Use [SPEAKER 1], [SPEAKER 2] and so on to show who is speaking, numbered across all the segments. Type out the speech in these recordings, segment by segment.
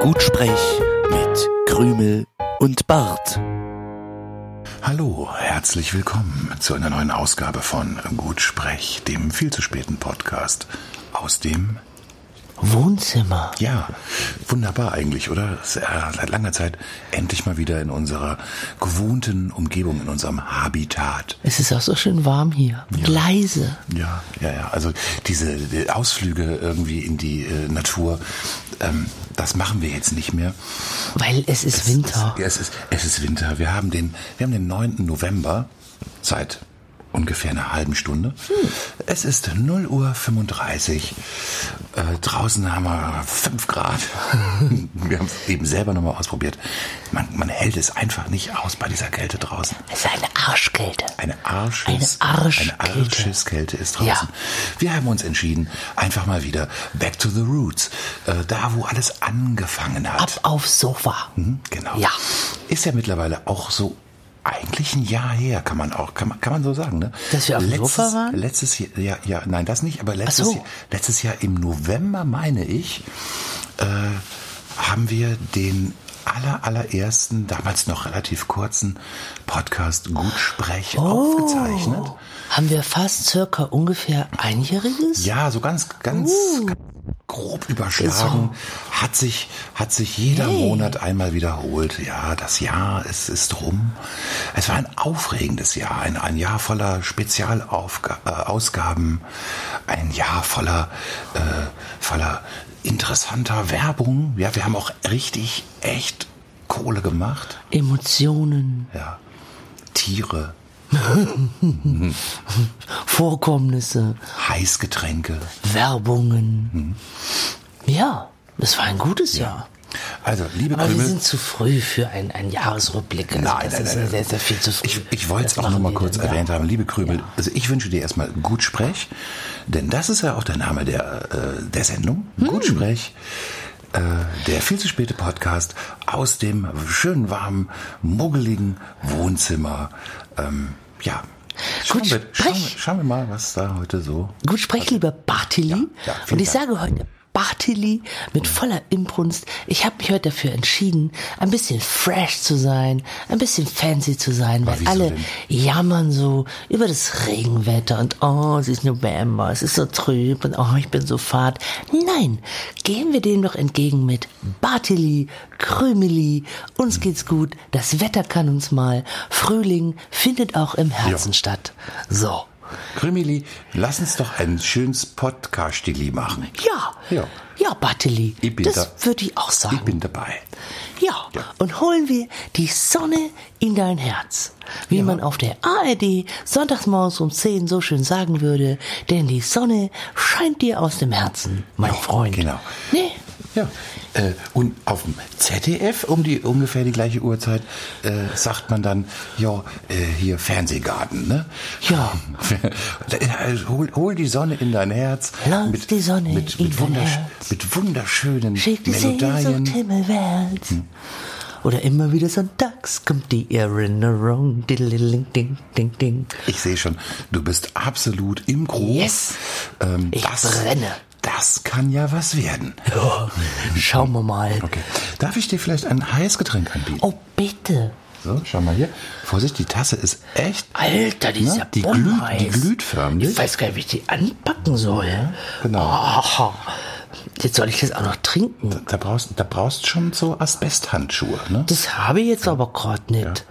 [SPEAKER 1] Gutsprech mit Krümel und Bart.
[SPEAKER 2] Hallo, herzlich willkommen zu einer neuen Ausgabe von Gut Sprech, dem viel zu späten Podcast aus dem
[SPEAKER 3] Wohnzimmer.
[SPEAKER 2] ja, wunderbar eigentlich, oder? Sehr- Seit langer Zeit endlich mal wieder in unserer gewohnten Umgebung, in unserem Habitat.
[SPEAKER 3] Es ist auch so schön warm hier. Und leise.
[SPEAKER 2] Ja, ja, ja. Also diese äh, Ausflüge irgendwie in die äh, Natur, ähm, das machen wir jetzt nicht mehr.
[SPEAKER 3] Weil es ist Winter.
[SPEAKER 2] Ja, es ist, es ist Winter. Wir haben den, wir haben den 9. November seit ungefähr einer halben Stunde.
[SPEAKER 3] Hm.
[SPEAKER 2] Es ist 0 Uhr 35. Äh, draußen haben wir 5 Grad. wir haben es eben selber nochmal ausprobiert. Man, man hält es einfach nicht aus bei dieser Kälte draußen.
[SPEAKER 3] Es ist eine Arschkälte.
[SPEAKER 2] Eine Arsches,
[SPEAKER 3] Eine Arschkälte.
[SPEAKER 2] eine Arscheskälte ist draußen.
[SPEAKER 3] Ja.
[SPEAKER 2] Wir haben uns entschieden, einfach mal wieder back to the roots. Äh, da, wo alles angefangen hat.
[SPEAKER 3] Ab aufs Sofa.
[SPEAKER 2] Mhm, Genau.
[SPEAKER 3] Ja.
[SPEAKER 2] Ist ja mittlerweile auch so eigentlich ein Jahr her, kann man auch, kann man, kann man so sagen, ne?
[SPEAKER 3] Dass wir auf dem
[SPEAKER 2] letztes,
[SPEAKER 3] Sofa waren?
[SPEAKER 2] Letztes Jahr, ja, ja, nein, das nicht, aber letztes,
[SPEAKER 3] so.
[SPEAKER 2] Jahr, letztes Jahr im November, meine ich, äh, haben wir den aller, allerersten, damals noch relativ kurzen Podcast Gutsprech
[SPEAKER 3] Oh.
[SPEAKER 2] aufgezeichnet.
[SPEAKER 3] Haben wir fast circa ungefähr einjähriges?
[SPEAKER 2] Ja, so ganz, ganz,
[SPEAKER 3] Uh.
[SPEAKER 2] ganz grob überschlagen. Hat sich, hat sich jeder Monat einmal wiederholt. Ja, das Jahr, es ist rum. Es war ein aufregendes Jahr, ein, ein Jahr voller Spezialausgaben, ein Jahr voller, äh, voller interessanter Werbung. Ja, wir haben auch richtig, echt Kohle gemacht.
[SPEAKER 3] Emotionen,
[SPEAKER 2] Ja, Tiere,
[SPEAKER 3] Vorkommnisse,
[SPEAKER 2] Heißgetränke.
[SPEAKER 3] Werbungen.
[SPEAKER 2] Mhm.
[SPEAKER 3] Ja, es war ein gutes Jahr.
[SPEAKER 2] Also, liebe
[SPEAKER 3] Aber wir
[SPEAKER 2] Krümel,
[SPEAKER 3] sind zu früh für einen, einen Jahresrückblick. Also
[SPEAKER 2] Nein,
[SPEAKER 3] das
[SPEAKER 2] nein,
[SPEAKER 3] ist
[SPEAKER 2] nein.
[SPEAKER 3] sehr, sehr viel zu früh.
[SPEAKER 2] Ich, ich wollte es
[SPEAKER 3] Das
[SPEAKER 2] auch noch
[SPEAKER 3] machen
[SPEAKER 2] mal
[SPEAKER 3] wir
[SPEAKER 2] kurz
[SPEAKER 3] dann, ja.
[SPEAKER 2] erwähnt haben. Liebe Krümel, also ich wünsche dir erstmal gut Sprech, denn das ist ja auch der Name der, äh, der Sendung.
[SPEAKER 3] Hm.
[SPEAKER 2] Gut Sprech, äh, der viel zu späte Podcast aus dem schönen, warmen, muggeligen Wohnzimmer. Ähm, ja. Schauen
[SPEAKER 3] Gut
[SPEAKER 2] wir, schauen,
[SPEAKER 3] Sprech.
[SPEAKER 2] wir, schauen wir mal, was da heute so.
[SPEAKER 3] Gut sprech, lieber Bartili.
[SPEAKER 2] Also, ja, vielen
[SPEAKER 3] und ich
[SPEAKER 2] Dank.
[SPEAKER 3] sage heute Bartili mit voller Inbrunst. Ich habe mich heute dafür entschieden, ein bisschen fresh zu sein, ein bisschen fancy zu sein, weil
[SPEAKER 2] wieso
[SPEAKER 3] alle
[SPEAKER 2] denn?
[SPEAKER 3] jammern so über das Regenwetter und oh, es ist November, es ist so trüb und oh, ich bin so fad. Nein, gehen wir dem doch entgegen mit Bartili, Krümeli,
[SPEAKER 2] Hm.
[SPEAKER 3] uns geht's gut, das Wetter kann uns mal, Frühling findet auch im Herzen statt. So.
[SPEAKER 2] Krümeli, lass uns doch ein schönes Podcast-Stili machen.
[SPEAKER 3] Ja.
[SPEAKER 2] Ja.
[SPEAKER 3] Ja, Barteli.
[SPEAKER 2] Ich bin
[SPEAKER 3] das
[SPEAKER 2] da-
[SPEAKER 3] würde ich auch sagen.
[SPEAKER 2] Ich bin dabei.
[SPEAKER 3] ja.
[SPEAKER 2] Ja.
[SPEAKER 3] Und holen wir die Sonne in dein Herz. Wie man auf der ARD sonntagsmorgens um 10 so schön sagen würde, denn die Sonne scheint dir aus dem Herzen, mein Freund. Ne?
[SPEAKER 2] genau.
[SPEAKER 3] Nee?
[SPEAKER 2] Ja, äh, und auf dem ZDF um die ungefähr die gleiche Uhrzeit äh, sagt man dann, ja, äh, hier Fernsehgarten, ne? äh,
[SPEAKER 3] Ja.
[SPEAKER 2] hol, hol die Sonne in dein Herz.
[SPEAKER 3] Lauf die Sonne
[SPEAKER 2] mit,
[SPEAKER 3] in
[SPEAKER 2] mit,
[SPEAKER 3] dein
[SPEAKER 2] wundersch
[SPEAKER 3] Herz.
[SPEAKER 2] mit wunderschönen
[SPEAKER 3] Schick die Sehnsucht
[SPEAKER 2] Melodien. Hm.
[SPEAKER 3] himmelwärts. Oder immer wieder sonntags kommt die Erinnerung. Diddling, ding, ding, ding.
[SPEAKER 2] Ich sehe schon, du bist absolut im Groß.
[SPEAKER 3] Yes.
[SPEAKER 2] Ähm,
[SPEAKER 3] Ich brenne.
[SPEAKER 2] Das kann ja was werden.
[SPEAKER 3] Ja, schauen wir mal.
[SPEAKER 2] Oh. Okay. Darf ich dir vielleicht ein Heißgetränk anbieten?
[SPEAKER 3] Oh, bitte.
[SPEAKER 2] So, schau mal hier. Vorsicht, die Tasse ist echt
[SPEAKER 3] Alter, die ist
[SPEAKER 2] Ne?
[SPEAKER 3] ja
[SPEAKER 2] Die glüht-
[SPEAKER 3] bombenheiß.
[SPEAKER 2] die glüht förmlich.
[SPEAKER 3] Ich weiß gar nicht, wie ich die anpacken soll.
[SPEAKER 2] genau.
[SPEAKER 3] Oh, jetzt soll ich das auch noch trinken.
[SPEAKER 2] Da brauchst, da brauchst schon so Asbesthandschuhe, ne?
[SPEAKER 3] Das habe ich jetzt aber gerade nicht.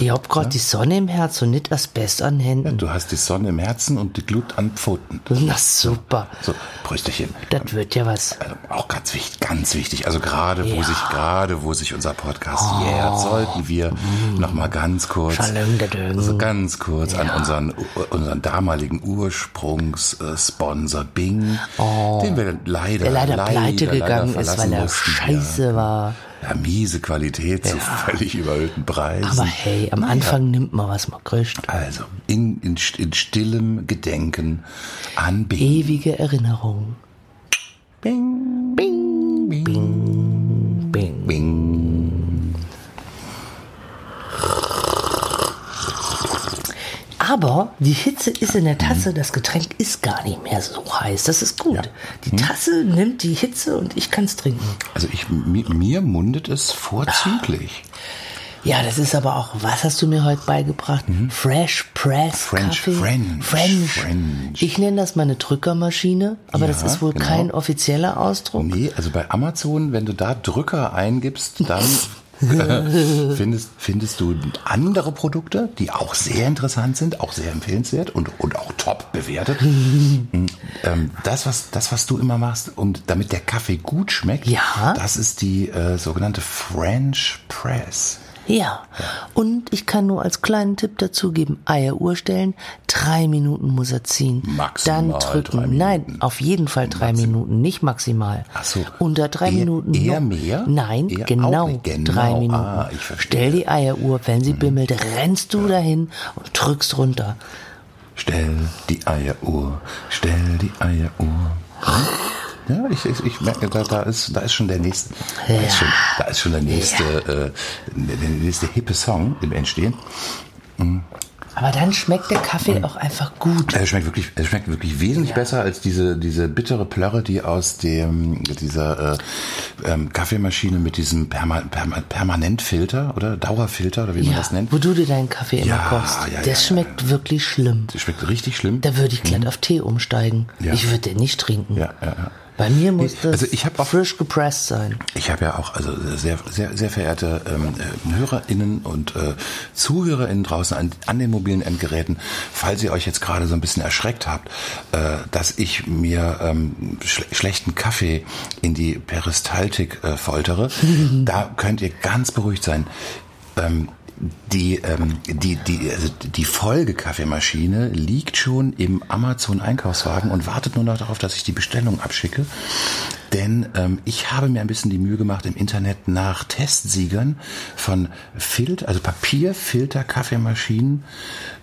[SPEAKER 3] Ich habe gerade die Sonne im Herz und nicht Asbest an Händen.
[SPEAKER 2] Du hast die Sonne im Herzen und die Glut an Pfoten.
[SPEAKER 3] Na super.
[SPEAKER 2] So, Brüsterchen.
[SPEAKER 3] Das wird ja was.
[SPEAKER 2] Also auch ganz wichtig, ganz wichtig. Also gerade wo
[SPEAKER 3] Ja. Oh.
[SPEAKER 2] sich gerade wo sich unser Podcast jährt, sollten wir
[SPEAKER 3] Mm.
[SPEAKER 2] noch mal ganz kurz,
[SPEAKER 3] Schalung der Dögen.
[SPEAKER 2] so ganz kurz an unseren unseren damaligen Ursprungssponsor Bing, den wir
[SPEAKER 3] Oh.
[SPEAKER 2] leider
[SPEAKER 3] Der leider, pleite
[SPEAKER 2] leider
[SPEAKER 3] gegangen ist,
[SPEAKER 2] verlassen
[SPEAKER 3] weil er
[SPEAKER 2] mussten.
[SPEAKER 3] scheiße
[SPEAKER 2] ja.
[SPEAKER 3] war.
[SPEAKER 2] Ja, miese Qualität zu völlig überhöhten Preisen.
[SPEAKER 3] Aber hey, am Anfang nimmt man, was man kriegt.
[SPEAKER 2] Also, in, in, st- in stillem Gedenken an Bing.
[SPEAKER 3] Ewige Erinnerung.
[SPEAKER 2] Bing, Bing, Bing,
[SPEAKER 3] Bing.
[SPEAKER 2] Bing.
[SPEAKER 3] Ah, Aber die Hitze ist in der Tasse, das Getränk ist gar nicht mehr so heiß. Das ist gut.
[SPEAKER 2] Ja. Hm?
[SPEAKER 3] Die Tasse nimmt die Hitze und ich kann es trinken.
[SPEAKER 2] Also ich, mir, mir mundet es vorzüglich.
[SPEAKER 3] Ja, das ist aber auch, was hast du mir heute beigebracht? Fresh Press
[SPEAKER 2] Mhm. French,
[SPEAKER 3] Kaffee?
[SPEAKER 2] French,
[SPEAKER 3] French.
[SPEAKER 2] French.
[SPEAKER 3] Ich nenne das meine Drückermaschine, aber das
[SPEAKER 2] Ja,
[SPEAKER 3] ist wohl
[SPEAKER 2] genau.
[SPEAKER 3] kein offizieller Ausdruck.
[SPEAKER 2] Nee, also bei Amazon, wenn du da Drücker eingibst, dann äh, findest, findest du andere Produkte, die auch sehr interessant sind, auch sehr empfehlenswert und, und auch top bewertet. Mm, ähm, das, was, das, was du immer machst, und damit der Kaffee gut schmeckt,
[SPEAKER 3] Ja.
[SPEAKER 2] das ist die äh, sogenannte French Press.
[SPEAKER 3] Ja, und ich kann nur als kleinen Tipp dazu geben, Eieruhr stellen, drei Minuten muss er ziehen.
[SPEAKER 2] Maximal
[SPEAKER 3] Dann drücken.
[SPEAKER 2] drei Minuten.
[SPEAKER 3] Nein, auf jeden Fall drei Minuten, nicht maximal.
[SPEAKER 2] Ach so.
[SPEAKER 3] Unter drei
[SPEAKER 2] Eher-
[SPEAKER 3] Minuten.
[SPEAKER 2] eher
[SPEAKER 3] noch-
[SPEAKER 2] mehr?
[SPEAKER 3] Nein,
[SPEAKER 2] Eher auch
[SPEAKER 3] genau,
[SPEAKER 2] nicht. Genau.
[SPEAKER 3] drei Minuten.
[SPEAKER 2] Ah, ich verstehe. Mhm.
[SPEAKER 3] Stell die Eieruhr, wenn sie bimmelt, rennst du dahin und drückst runter.
[SPEAKER 2] Stell die Eieruhr, stell die Eieruhr. Ja, ich, ich, ich merke, da, da, ist, da ist schon der nächste, da ist schon, da ist schon der nächste, äh, der nächste hippe Song im Entstehen.
[SPEAKER 3] Aber dann schmeckt der
[SPEAKER 2] Mhm.
[SPEAKER 3] Kaffee auch einfach gut.
[SPEAKER 2] Er schmeckt wirklich, er schmeckt wirklich wesentlich besser als diese, diese bittere Plörre, die aus dem, dieser äh, ähm, Kaffeemaschine mit diesem Perma, Perma, Permanentfilter oder Dauerfilter oder wie man
[SPEAKER 3] Ja,
[SPEAKER 2] das nennt.
[SPEAKER 3] wo du dir deinen Kaffee immer
[SPEAKER 2] Ja,
[SPEAKER 3] kochst.
[SPEAKER 2] ja, ja,
[SPEAKER 3] das
[SPEAKER 2] ja,
[SPEAKER 3] schmeckt wirklich schlimm.
[SPEAKER 2] Das schmeckt richtig schlimm.
[SPEAKER 3] Da würde ich glatt auf Tee umsteigen.
[SPEAKER 2] Ja.
[SPEAKER 3] Ich würde den nicht trinken.
[SPEAKER 2] Ja, ja, ja.
[SPEAKER 3] Bei mir muss
[SPEAKER 2] Nee,
[SPEAKER 3] das
[SPEAKER 2] also ich hab auch-
[SPEAKER 3] frisch gepresst sein.
[SPEAKER 2] Ich habe ja auch, also sehr, sehr, sehr verehrte ähm, äh, HörerInnen und äh, ZuhörerInnen draußen an, an den mobilen Endgeräten, falls ihr euch jetzt gerade so ein bisschen erschreckt habt, äh, dass ich mir ähm, schle schlechten Kaffee in die Peristaltik äh, foltere, da könnt ihr ganz beruhigt sein. Ähm, die, ähm, die, die, also die Folgekaffeemaschine liegt schon im Amazon-Einkaufswagen und wartet nur noch darauf, dass ich die Bestellung abschicke. Denn ähm, ich habe mir ein bisschen die Mühe gemacht, im Internet nach Testsiegern von Filter, also Papierfilter-Kaffeemaschinen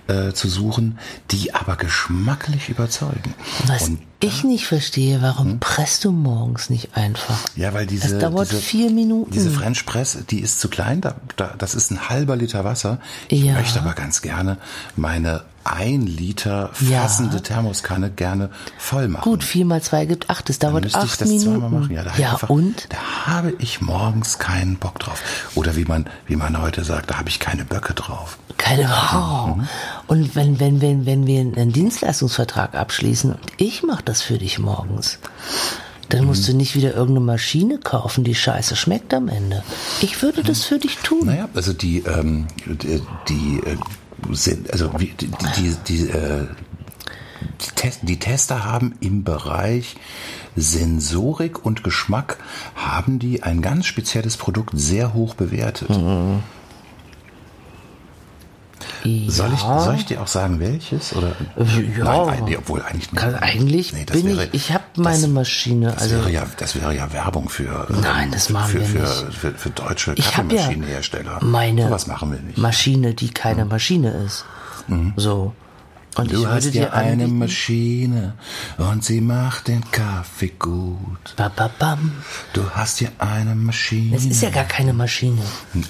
[SPEAKER 2] äh, zu suchen, die aber geschmacklich überzeugen.
[SPEAKER 3] Was
[SPEAKER 2] Und Hm?
[SPEAKER 3] ich nicht verstehe, warum presst du morgens nicht einfach?
[SPEAKER 2] ja, weil diese,
[SPEAKER 3] Das dauert
[SPEAKER 2] diese,
[SPEAKER 3] vier Minuten.
[SPEAKER 2] Diese French Press, die ist zu klein. Da, da, das ist ein halber Liter Wasser. Ich
[SPEAKER 3] Ja.
[SPEAKER 2] möchte aber ganz gerne meine ein Liter
[SPEAKER 3] Ja.
[SPEAKER 2] fassende Thermoskanne gerne voll machen.
[SPEAKER 3] Gut, vier mal zwei gibt acht. Das
[SPEAKER 2] Dann
[SPEAKER 3] dauert
[SPEAKER 2] müsste
[SPEAKER 3] acht
[SPEAKER 2] ich das
[SPEAKER 3] Minuten.
[SPEAKER 2] zweimal machen. Ja, da, habe ich
[SPEAKER 3] ja
[SPEAKER 2] einfach,
[SPEAKER 3] und?
[SPEAKER 2] da habe ich morgens keinen Bock drauf. Oder wie man, wie man heute sagt, da habe ich keine Böcke drauf.
[SPEAKER 3] Keine Wow.
[SPEAKER 2] Mhm.
[SPEAKER 3] Und wenn, wenn, wenn, wenn wir einen Dienstleistungsvertrag abschließen und ich mache das für dich morgens, dann musst du
[SPEAKER 2] Mhm.
[SPEAKER 3] nicht wieder irgendeine Maschine kaufen, die scheiße schmeckt am Ende. Ich würde das
[SPEAKER 2] Mhm.
[SPEAKER 3] für dich tun.
[SPEAKER 2] Naja, also die, ähm, die, die äh, sind, also wie- die, die, die, die, äh, die, Tes- die Tester haben im Bereich Sensorik und Geschmack haben die ein ganz spezielles Produkt sehr hoch bewertet.
[SPEAKER 3] Mhm.
[SPEAKER 2] Soll, ich,
[SPEAKER 3] Ja.
[SPEAKER 2] soll ich dir auch sagen, welches? Oder?
[SPEAKER 3] Äh, ja.
[SPEAKER 2] Nein, nein, nee, obwohl eigentlich nicht.
[SPEAKER 3] Kann- eigentlich
[SPEAKER 2] das
[SPEAKER 3] bin ich- ich hab meine
[SPEAKER 2] das-
[SPEAKER 3] Maschine,
[SPEAKER 2] Das,
[SPEAKER 3] also-
[SPEAKER 2] wäre ja, das wäre ja Werbung für, ähm,
[SPEAKER 3] Nein, das machen
[SPEAKER 2] für,
[SPEAKER 3] wir
[SPEAKER 2] für,
[SPEAKER 3] nicht.
[SPEAKER 2] Für, für deutsche
[SPEAKER 3] Ich habe ja
[SPEAKER 2] Kaffeemaschinenhersteller.
[SPEAKER 3] meine
[SPEAKER 2] Sowas machen wir nicht. Mhm.
[SPEAKER 3] Maschine, die keine Maschine ist. So. Und ich
[SPEAKER 2] Du
[SPEAKER 3] würde
[SPEAKER 2] hast ja
[SPEAKER 3] dir
[SPEAKER 2] eine
[SPEAKER 3] anbieten-
[SPEAKER 2] Maschine und sie macht den Kaffee gut.
[SPEAKER 3] Ba, ba, bam.
[SPEAKER 2] Du hast ja eine Maschine.
[SPEAKER 3] Es ist ja gar keine Maschine.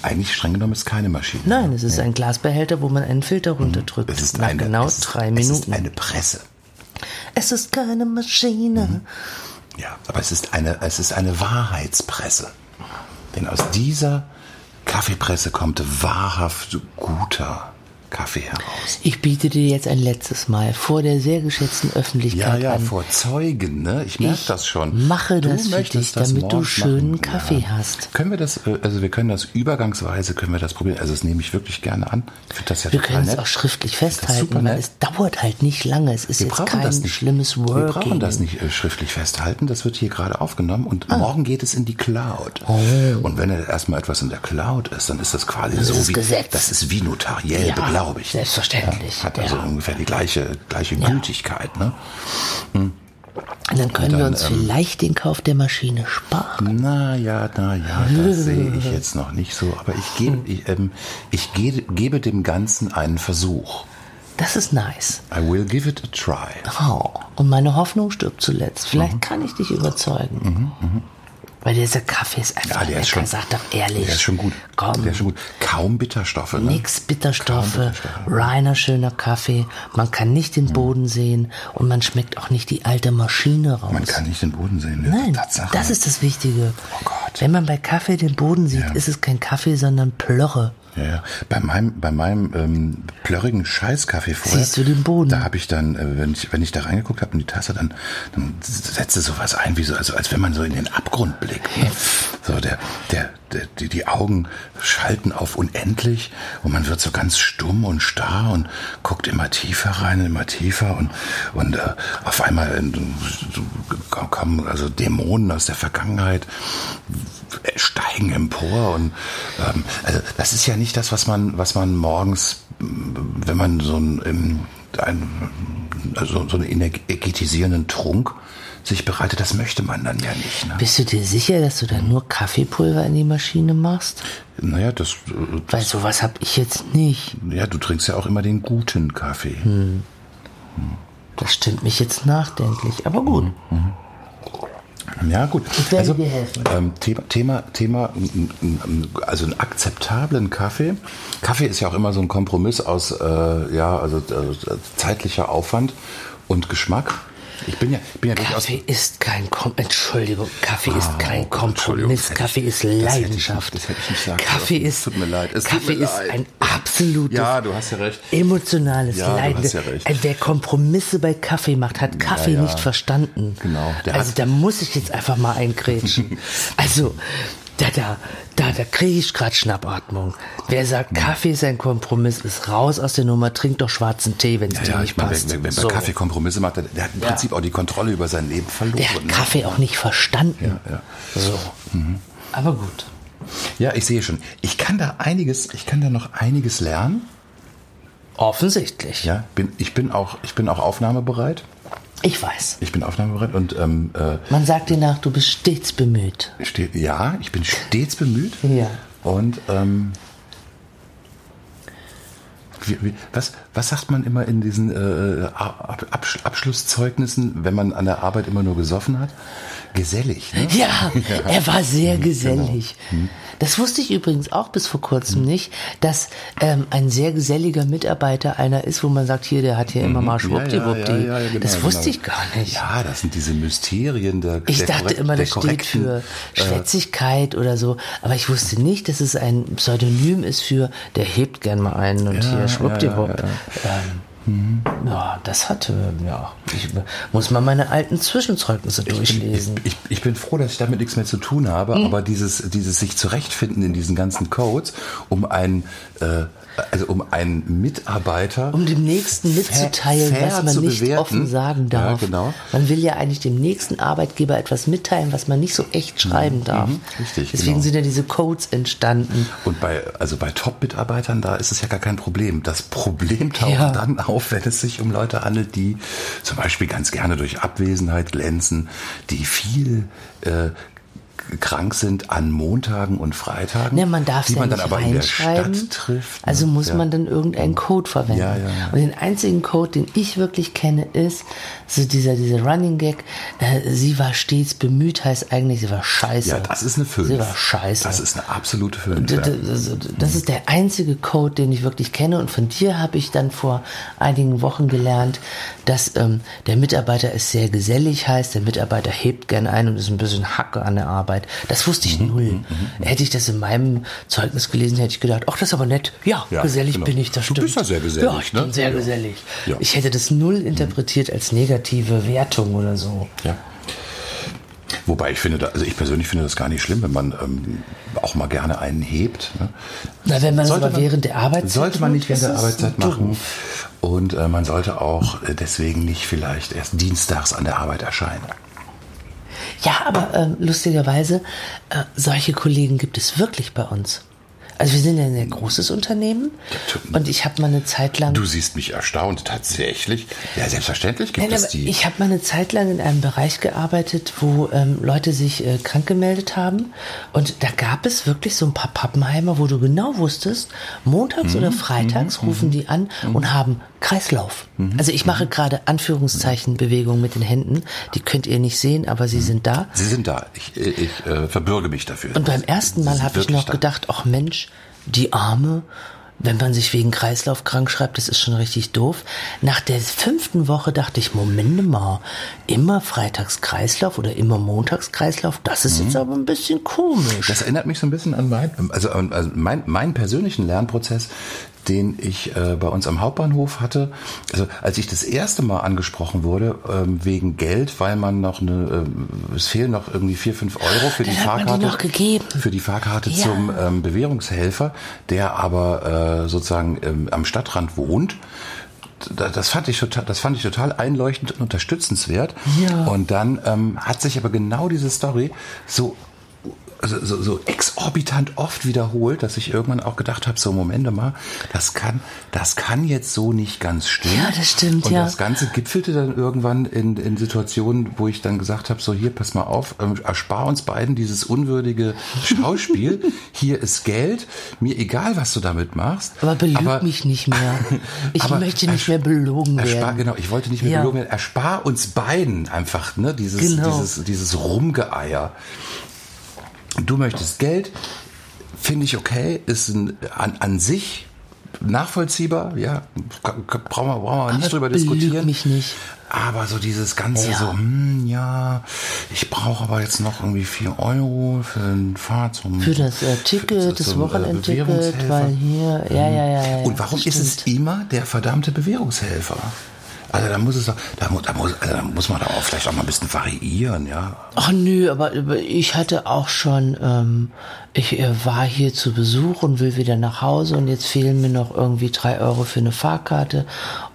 [SPEAKER 2] Eigentlich streng genommen ist keine Maschine.
[SPEAKER 3] Nein, es ist ein Glasbehälter, wo man einen Filter runterdrückt.
[SPEAKER 2] Mhm. Es ist
[SPEAKER 3] Nach
[SPEAKER 2] eine,
[SPEAKER 3] genau
[SPEAKER 2] es ist,
[SPEAKER 3] drei
[SPEAKER 2] Es ist
[SPEAKER 3] Minuten.
[SPEAKER 2] eine Presse.
[SPEAKER 3] Es ist keine Maschine.
[SPEAKER 2] Mhm. Ja, aber es ist eine, es ist eine Wahrheitspresse. Denn aus dieser Kaffeepresse kommt wahrhaft guter Kaffee heraus.
[SPEAKER 3] Ich biete dir jetzt ein letztes Mal vor der sehr geschätzten
[SPEAKER 2] Ja,
[SPEAKER 3] Öffentlichkeit
[SPEAKER 2] ja,
[SPEAKER 3] an.
[SPEAKER 2] vor Zeugen, ne? Ich merke
[SPEAKER 3] Ich
[SPEAKER 2] das schon.
[SPEAKER 3] mache das für
[SPEAKER 2] möchtest
[SPEAKER 3] dich, damit du
[SPEAKER 2] morgens
[SPEAKER 3] schönen Kaffee hast.
[SPEAKER 2] Können wir das, äh, also wir können das übergangsweise, können wir das probieren. Also das nehme ich wirklich gerne an. Ich finde das ja
[SPEAKER 3] Wir
[SPEAKER 2] total
[SPEAKER 3] können es
[SPEAKER 2] nett.
[SPEAKER 3] auch schriftlich
[SPEAKER 2] super
[SPEAKER 3] festhalten, weil
[SPEAKER 2] nett.
[SPEAKER 3] es dauert halt nicht lange. Es ist
[SPEAKER 2] wir
[SPEAKER 3] jetzt
[SPEAKER 2] brauchen
[SPEAKER 3] kein
[SPEAKER 2] das nicht.
[SPEAKER 3] schlimmes Working.
[SPEAKER 2] Wir brauchen das nicht äh, schriftlich festhalten. Das wird hier gerade aufgenommen und
[SPEAKER 3] Ah.
[SPEAKER 2] morgen geht es in die Cloud.
[SPEAKER 3] Oh.
[SPEAKER 2] Und wenn erstmal etwas in der Cloud ist, dann ist das quasi so
[SPEAKER 3] ist
[SPEAKER 2] wie
[SPEAKER 3] Gesetz.
[SPEAKER 2] das ist wie notariell
[SPEAKER 3] Ja,
[SPEAKER 2] beglaubigt.
[SPEAKER 3] selbstverständlich.
[SPEAKER 2] Hat also
[SPEAKER 3] Ja.
[SPEAKER 2] ungefähr die gleiche gleiche Gültigkeit. Ne?
[SPEAKER 3] Und dann können
[SPEAKER 2] Und
[SPEAKER 3] wir
[SPEAKER 2] dann,
[SPEAKER 3] uns
[SPEAKER 2] ähm,
[SPEAKER 3] vielleicht den Kauf der Maschine sparen.
[SPEAKER 2] Naja, naja, das sehe ich jetzt noch nicht so. Aber ich gebe ich, ähm, ich ge gebe dem Ganzen einen Versuch.
[SPEAKER 3] Das ist nice.
[SPEAKER 2] I will give it a try. Mhm.
[SPEAKER 3] Oh, und meine Hoffnung stirbt zuletzt. Vielleicht kann ich dich überzeugen. Weil dieser Kaffee ist einfach
[SPEAKER 2] Ja, der ist
[SPEAKER 3] lecker,
[SPEAKER 2] schon-
[SPEAKER 3] sag doch ehrlich.
[SPEAKER 2] Der ist schon gut.
[SPEAKER 3] Komm,
[SPEAKER 2] Der ist schon gut. Kaum Bitterstoffe. Ne?
[SPEAKER 3] nix Bitterstoffe,
[SPEAKER 2] Kaum Bitterstoffe. Mhm.
[SPEAKER 3] reiner schöner Kaffee. Man kann nicht den Boden sehen und man schmeckt auch nicht die alte Maschine raus.
[SPEAKER 2] Man kann nicht den Boden sehen. ne?
[SPEAKER 3] Nein,
[SPEAKER 2] Tatsache.
[SPEAKER 3] das ist das Wichtige.
[SPEAKER 2] Oh Gott.
[SPEAKER 3] Wenn man bei Kaffee den Boden sieht,
[SPEAKER 2] Ja.
[SPEAKER 3] ist es kein Kaffee, sondern Plörre.
[SPEAKER 2] Ja, ja. Bei meinem, bei meinem ähm, plörrigen Scheißkaffee vorher.
[SPEAKER 3] Siehst du den Boden?
[SPEAKER 2] Da habe ich dann, äh, wenn ich, wenn ich da reingeguckt habe in die Tasse, dann, dann setzte sowas ein, wie so, also als wenn man so in den Abgrund blickt. Ne? So der, der, der, die, die Augen schalten auf unendlich und man wird so ganz stumm und starr und guckt immer tiefer rein, immer tiefer und und äh, auf einmal äh, so kommen also Dämonen aus der Vergangenheit äh, steigen empor und ähm, also das ist ja nicht das, was man, was man morgens, m, wenn man so ein, ähm, ein also so einen energetisierenden Trunk sich bereitet, das möchte man dann ja nicht. Ne?
[SPEAKER 3] Bist du dir sicher, dass du da
[SPEAKER 2] Mhm.
[SPEAKER 3] nur Kaffeepulver in die Maschine machst?
[SPEAKER 2] Naja, das, äh,
[SPEAKER 3] Weil sowas hab ich jetzt nicht.
[SPEAKER 2] ja, du trinkst ja auch immer den guten Kaffee.
[SPEAKER 3] Hm. Das stimmt mich jetzt nachdenklich. Aber gut, Also
[SPEAKER 2] Ja, gut.
[SPEAKER 3] ich werde dir helfen.
[SPEAKER 2] Ähm, Thema, Thema, Thema, m, m, m, also einen akzeptablen Kaffee. Kaffee ist ja auch immer so ein Kompromiss aus, äh, ja, also äh, zeitlicher Aufwand und Geschmack. Ich bin ja, ich bin ja durchaus.
[SPEAKER 3] Kaffee ist kein Kom Entschuldigung, Kaffee ist kein
[SPEAKER 2] Ah, Entschuldigung,
[SPEAKER 3] Kompromiss.
[SPEAKER 2] das hätte ich-
[SPEAKER 3] Kaffee ist
[SPEAKER 2] das hätte ich nicht-
[SPEAKER 3] Leidenschaft.
[SPEAKER 2] das hätte ich nicht sagen
[SPEAKER 3] Kaffee
[SPEAKER 2] dürfen.
[SPEAKER 3] ist
[SPEAKER 2] Tut mir leid, es tut
[SPEAKER 3] Kaffee
[SPEAKER 2] mir
[SPEAKER 3] ist
[SPEAKER 2] leid.
[SPEAKER 3] ein absolutes
[SPEAKER 2] Ja, du hast ja recht.
[SPEAKER 3] emotionales
[SPEAKER 2] Ja, du
[SPEAKER 3] Leiden.
[SPEAKER 2] hast ja recht.
[SPEAKER 3] Wer Kompromisse bei Kaffee macht, hat Kaffee
[SPEAKER 2] ja.
[SPEAKER 3] nicht verstanden.
[SPEAKER 2] Genau, der
[SPEAKER 3] also
[SPEAKER 2] hat-
[SPEAKER 3] da muss ich jetzt einfach mal eingrätschen. also da, da, da, da kriege ich gerade Schnappatmung. Wer sagt,
[SPEAKER 2] Hm.
[SPEAKER 3] Kaffee ist ein Kompromiss, ist raus aus der Nummer, trink doch schwarzen Tee, wenn es dir
[SPEAKER 2] Ja,
[SPEAKER 3] nicht
[SPEAKER 2] ich meine,
[SPEAKER 3] passt.
[SPEAKER 2] wer, wer, wer
[SPEAKER 3] So.
[SPEAKER 2] bei Kaffee Kompromisse macht, der, der hat im
[SPEAKER 3] Ja.
[SPEAKER 2] Prinzip auch die Kontrolle über sein Leben verloren.
[SPEAKER 3] Der hat
[SPEAKER 2] ne?
[SPEAKER 3] Kaffee auch nicht verstanden.
[SPEAKER 2] Ja, Mhm. ja.
[SPEAKER 3] So. Aber gut.
[SPEAKER 2] ja, ich sehe schon. Ich kann da einiges, ich kann da noch einiges lernen.
[SPEAKER 3] Offensichtlich.
[SPEAKER 2] Ja, bin, ich bin auch, ich bin auch aufnahmebereit.
[SPEAKER 3] Ich weiß.
[SPEAKER 2] Ich bin aufnahmebereit und ähm, äh,
[SPEAKER 3] Man sagt dir nach, du bist stets bemüht.
[SPEAKER 2] Ste ja, ich bin stets bemüht.
[SPEAKER 3] Ja.
[SPEAKER 2] Und ähm, wie, wie, was, was sagt man immer in diesen äh, Ab Absch- Abschlusszeugnissen, wenn man an der Arbeit immer nur gesoffen hat? Gesellig. Ne?
[SPEAKER 3] Ja, er war sehr
[SPEAKER 2] Genau.
[SPEAKER 3] gesellig. Das wusste ich übrigens auch bis vor kurzem
[SPEAKER 2] Mhm.
[SPEAKER 3] nicht, dass ähm, ein sehr geselliger Mitarbeiter einer ist, wo man sagt, hier, der hat hier immer mal schwuppdiwuppdi.
[SPEAKER 2] Mhm. ja, ja, genau,
[SPEAKER 3] das wusste
[SPEAKER 2] genau.
[SPEAKER 3] ich gar nicht.
[SPEAKER 2] Ja, das sind diese Mysterien der
[SPEAKER 3] Ich
[SPEAKER 2] der
[SPEAKER 3] dachte
[SPEAKER 2] korrekt-
[SPEAKER 3] immer,
[SPEAKER 2] der
[SPEAKER 3] das steht
[SPEAKER 2] korrekten, äh,
[SPEAKER 3] für Schwätzigkeit oder so, aber ich wusste nicht, dass es ein Pseudonym ist für der hebt gern mal einen und
[SPEAKER 2] Ja, ja,
[SPEAKER 3] hier schwuppdiwupp.
[SPEAKER 2] ja, Mhm.
[SPEAKER 3] Ähm, ja, das hatte, ja. Ich muss mal meine alten Zwischenzeugnisse
[SPEAKER 2] Ich,
[SPEAKER 3] durchlesen. Hm.
[SPEAKER 2] ich, ich bin froh, dass ich damit nichts mehr zu tun habe, aber dieses, dieses sich zurechtfinden in diesen ganzen Codes, um einen, äh, also um einen Mitarbeiter.
[SPEAKER 3] um dem Nächsten mitzuteilen,
[SPEAKER 2] fair
[SPEAKER 3] was man
[SPEAKER 2] zu
[SPEAKER 3] nicht
[SPEAKER 2] bewerten.
[SPEAKER 3] offen sagen darf.
[SPEAKER 2] Ja, genau.
[SPEAKER 3] Man will ja eigentlich dem nächsten Arbeitgeber etwas mitteilen, was man nicht so echt schreiben darf.
[SPEAKER 2] Mhm, richtig,
[SPEAKER 3] Deswegen
[SPEAKER 2] genau.
[SPEAKER 3] sind ja diese Codes entstanden.
[SPEAKER 2] Und bei, also bei Top-Mitarbeitern, da ist es ja gar kein Problem. Das Problem taucht
[SPEAKER 3] Ja.
[SPEAKER 2] dann auf, wenn es sich um Leute handelt, die zum Beispiel ganz gerne durch Abwesenheit glänzen, die viel äh, k- krank sind an Montagen und Freitagen,
[SPEAKER 3] Ne, man darf es
[SPEAKER 2] die
[SPEAKER 3] ja
[SPEAKER 2] man
[SPEAKER 3] nicht
[SPEAKER 2] dann aber in der
[SPEAKER 3] reinschreiben.
[SPEAKER 2] Stadt trifft. ne?
[SPEAKER 3] Also muss
[SPEAKER 2] ja. Mhm.
[SPEAKER 3] man dann irgendeinen Code verwenden.
[SPEAKER 2] Ja, ja, ja.
[SPEAKER 3] Und den einzigen Code, den ich wirklich kenne, ist so dieser, dieser Running Gag. äh, Sie war stets bemüht, heißt eigentlich, sie war scheiße.
[SPEAKER 2] Ja, das ist eine Fünf.
[SPEAKER 3] Sie war scheiße.
[SPEAKER 2] Das ist eine absolute Fünf.
[SPEAKER 3] D-
[SPEAKER 2] Ja.
[SPEAKER 3] d- d- d- Das ist der einzige Code, den ich wirklich kenne. Und von dir habe ich dann vor einigen Wochen gelernt, dass ähm, der Mitarbeiter ist sehr gesellig heißt, der Mitarbeiter hebt gern ein und ist ein bisschen Hacke an der Arbeit. Das wusste
[SPEAKER 2] Mhm,
[SPEAKER 3] ich null. Hätte ich das in meinem Zeugnis gelesen, hätte ich gedacht, ach, das ist aber nett. Ja,
[SPEAKER 2] Ja,
[SPEAKER 3] gesellig
[SPEAKER 2] genau.
[SPEAKER 3] bin ich, das
[SPEAKER 2] Du
[SPEAKER 3] stimmt.
[SPEAKER 2] bist ja sehr gesellig,
[SPEAKER 3] Ja, ich
[SPEAKER 2] ne?
[SPEAKER 3] bin sehr
[SPEAKER 2] Ja.
[SPEAKER 3] gesellig.
[SPEAKER 2] Ja. Mhm.
[SPEAKER 3] Ich hätte das null interpretiert als negative Wertung oder so.
[SPEAKER 2] Ja. Wobei ich finde, da- also ich persönlich finde das gar nicht schlimm, wenn man ähm, auch mal gerne einen hebt. Ne?
[SPEAKER 3] Na, wenn man das Also aber während der Arbeitszeit
[SPEAKER 2] Sollte man nicht
[SPEAKER 3] tut,
[SPEAKER 2] während der
[SPEAKER 3] ist es
[SPEAKER 2] Arbeitszeit
[SPEAKER 3] doof.
[SPEAKER 2] machen. Und äh, man sollte auch äh, deswegen nicht vielleicht erst dienstags an der Arbeit erscheinen.
[SPEAKER 3] Ja, aber ähm, lustigerweise, äh, solche Kollegen gibt es wirklich bei uns. Also wir sind ja ein sehr großes Unternehmen und ich habe mal eine Zeit lang.
[SPEAKER 2] Du siehst mich erstaunt, tatsächlich. Ja, selbstverständlich gibt
[SPEAKER 3] Nein,
[SPEAKER 2] es
[SPEAKER 3] aber
[SPEAKER 2] die.
[SPEAKER 3] ich habe mal eine Zeit lang in einem Bereich gearbeitet, wo ähm, Leute sich äh, krank gemeldet haben. Und da gab es wirklich so ein paar Pappenheimer, wo du genau wusstest, montags
[SPEAKER 2] Mhm,
[SPEAKER 3] oder freitags rufen die an und haben Kreislauf.
[SPEAKER 2] Mhm,
[SPEAKER 3] Also ich mache gerade Anführungszeichenbewegungen mit den Händen. Die könnt ihr nicht sehen, aber
[SPEAKER 2] Mhm.
[SPEAKER 3] sie sind da.
[SPEAKER 2] Sie sind da. Ich, äh, ich äh, verbürge mich dafür.
[SPEAKER 3] Und beim ersten
[SPEAKER 2] Sie
[SPEAKER 3] Mal
[SPEAKER 2] sind
[SPEAKER 3] habe ich
[SPEAKER 2] wirklich
[SPEAKER 3] noch
[SPEAKER 2] da.
[SPEAKER 3] gedacht, ach Mensch, die Arme, wenn man sich wegen Kreislauf krank schreibt, das ist schon richtig doof. Nach der fünften Woche dachte ich, Moment mal, immer freitags Kreislauf oder immer montags Kreislauf, das ist jetzt aber ein bisschen komisch.
[SPEAKER 2] Mhm. Das erinnert mich so ein bisschen an mein, also an also mein, meinen persönlichen Lernprozess, den ich äh, bei uns am Hauptbahnhof hatte. Also als ich das erste Mal angesprochen wurde ähm, wegen Geld, weil man noch eine, ähm, es fehlen noch irgendwie vier, fünf Euro für die
[SPEAKER 3] hat man die
[SPEAKER 2] Fahrkarte.
[SPEAKER 3] noch gegeben.
[SPEAKER 2] Für die Fahrkarte
[SPEAKER 3] Ja.
[SPEAKER 2] zum ähm, Bewährungshelfer, der aber äh, sozusagen ähm, am Stadtrand wohnt. Da- Das fand, ich total, das fand ich total einleuchtend und unterstützenswert.
[SPEAKER 3] Ja.
[SPEAKER 2] Und dann ähm, hat sich aber genau diese Story so also so, so exorbitant oft wiederholt, dass ich irgendwann auch gedacht habe, so Moment mal, das kann, das kann jetzt so nicht ganz stimmen.
[SPEAKER 3] Ja, das stimmt,
[SPEAKER 2] Und
[SPEAKER 3] ja.
[SPEAKER 2] das Ganze gipfelte dann irgendwann in, in Situationen, wo ich dann gesagt habe, so hier, pass mal auf, ähm, erspar uns beiden dieses unwürdige Schauspiel. hier ist Geld, mir egal, was du damit machst.
[SPEAKER 3] aber belüg mich nicht mehr. Ich
[SPEAKER 2] aber
[SPEAKER 3] möchte nicht mehr belogen
[SPEAKER 2] Erspar,
[SPEAKER 3] werden.
[SPEAKER 2] genau, ich wollte nicht mehr
[SPEAKER 3] Ja.
[SPEAKER 2] gelogen werden. Erspar uns beiden einfach, ne, dieses,
[SPEAKER 3] Genau.
[SPEAKER 2] dieses, dieses Rumgeeier. Du möchtest Geld, finde ich okay, ist ein, an, an sich nachvollziehbar, ja, ka- ka- brauchen wir, brauchen wir nicht drüber
[SPEAKER 3] belüg
[SPEAKER 2] diskutieren.
[SPEAKER 3] mich nicht.
[SPEAKER 2] Aber so dieses ganze
[SPEAKER 3] Ja.
[SPEAKER 2] so, hm, ja, ich brauche aber jetzt noch irgendwie 4 Euro für den Fahrt zum
[SPEAKER 3] Für das äh,
[SPEAKER 2] für-
[SPEAKER 3] Ticket, das
[SPEAKER 2] zum, äh,
[SPEAKER 3] Wochenendticket,
[SPEAKER 2] Bewährungshelfer. Mhm.
[SPEAKER 3] weil hier, ja, ja, ja. ja
[SPEAKER 2] Und warum ist es immer der verdammte Bewährungshelfer? Also da muss es doch, da, mu- da, muss, also da muss man da auch vielleicht auch mal ein bisschen variieren, ja.
[SPEAKER 3] Ach nö, aber ich hatte auch schon, ähm, ich äh, war hier zu Besuch und will wieder nach Hause und jetzt fehlen mir noch irgendwie drei Euro für eine Fahrkarte.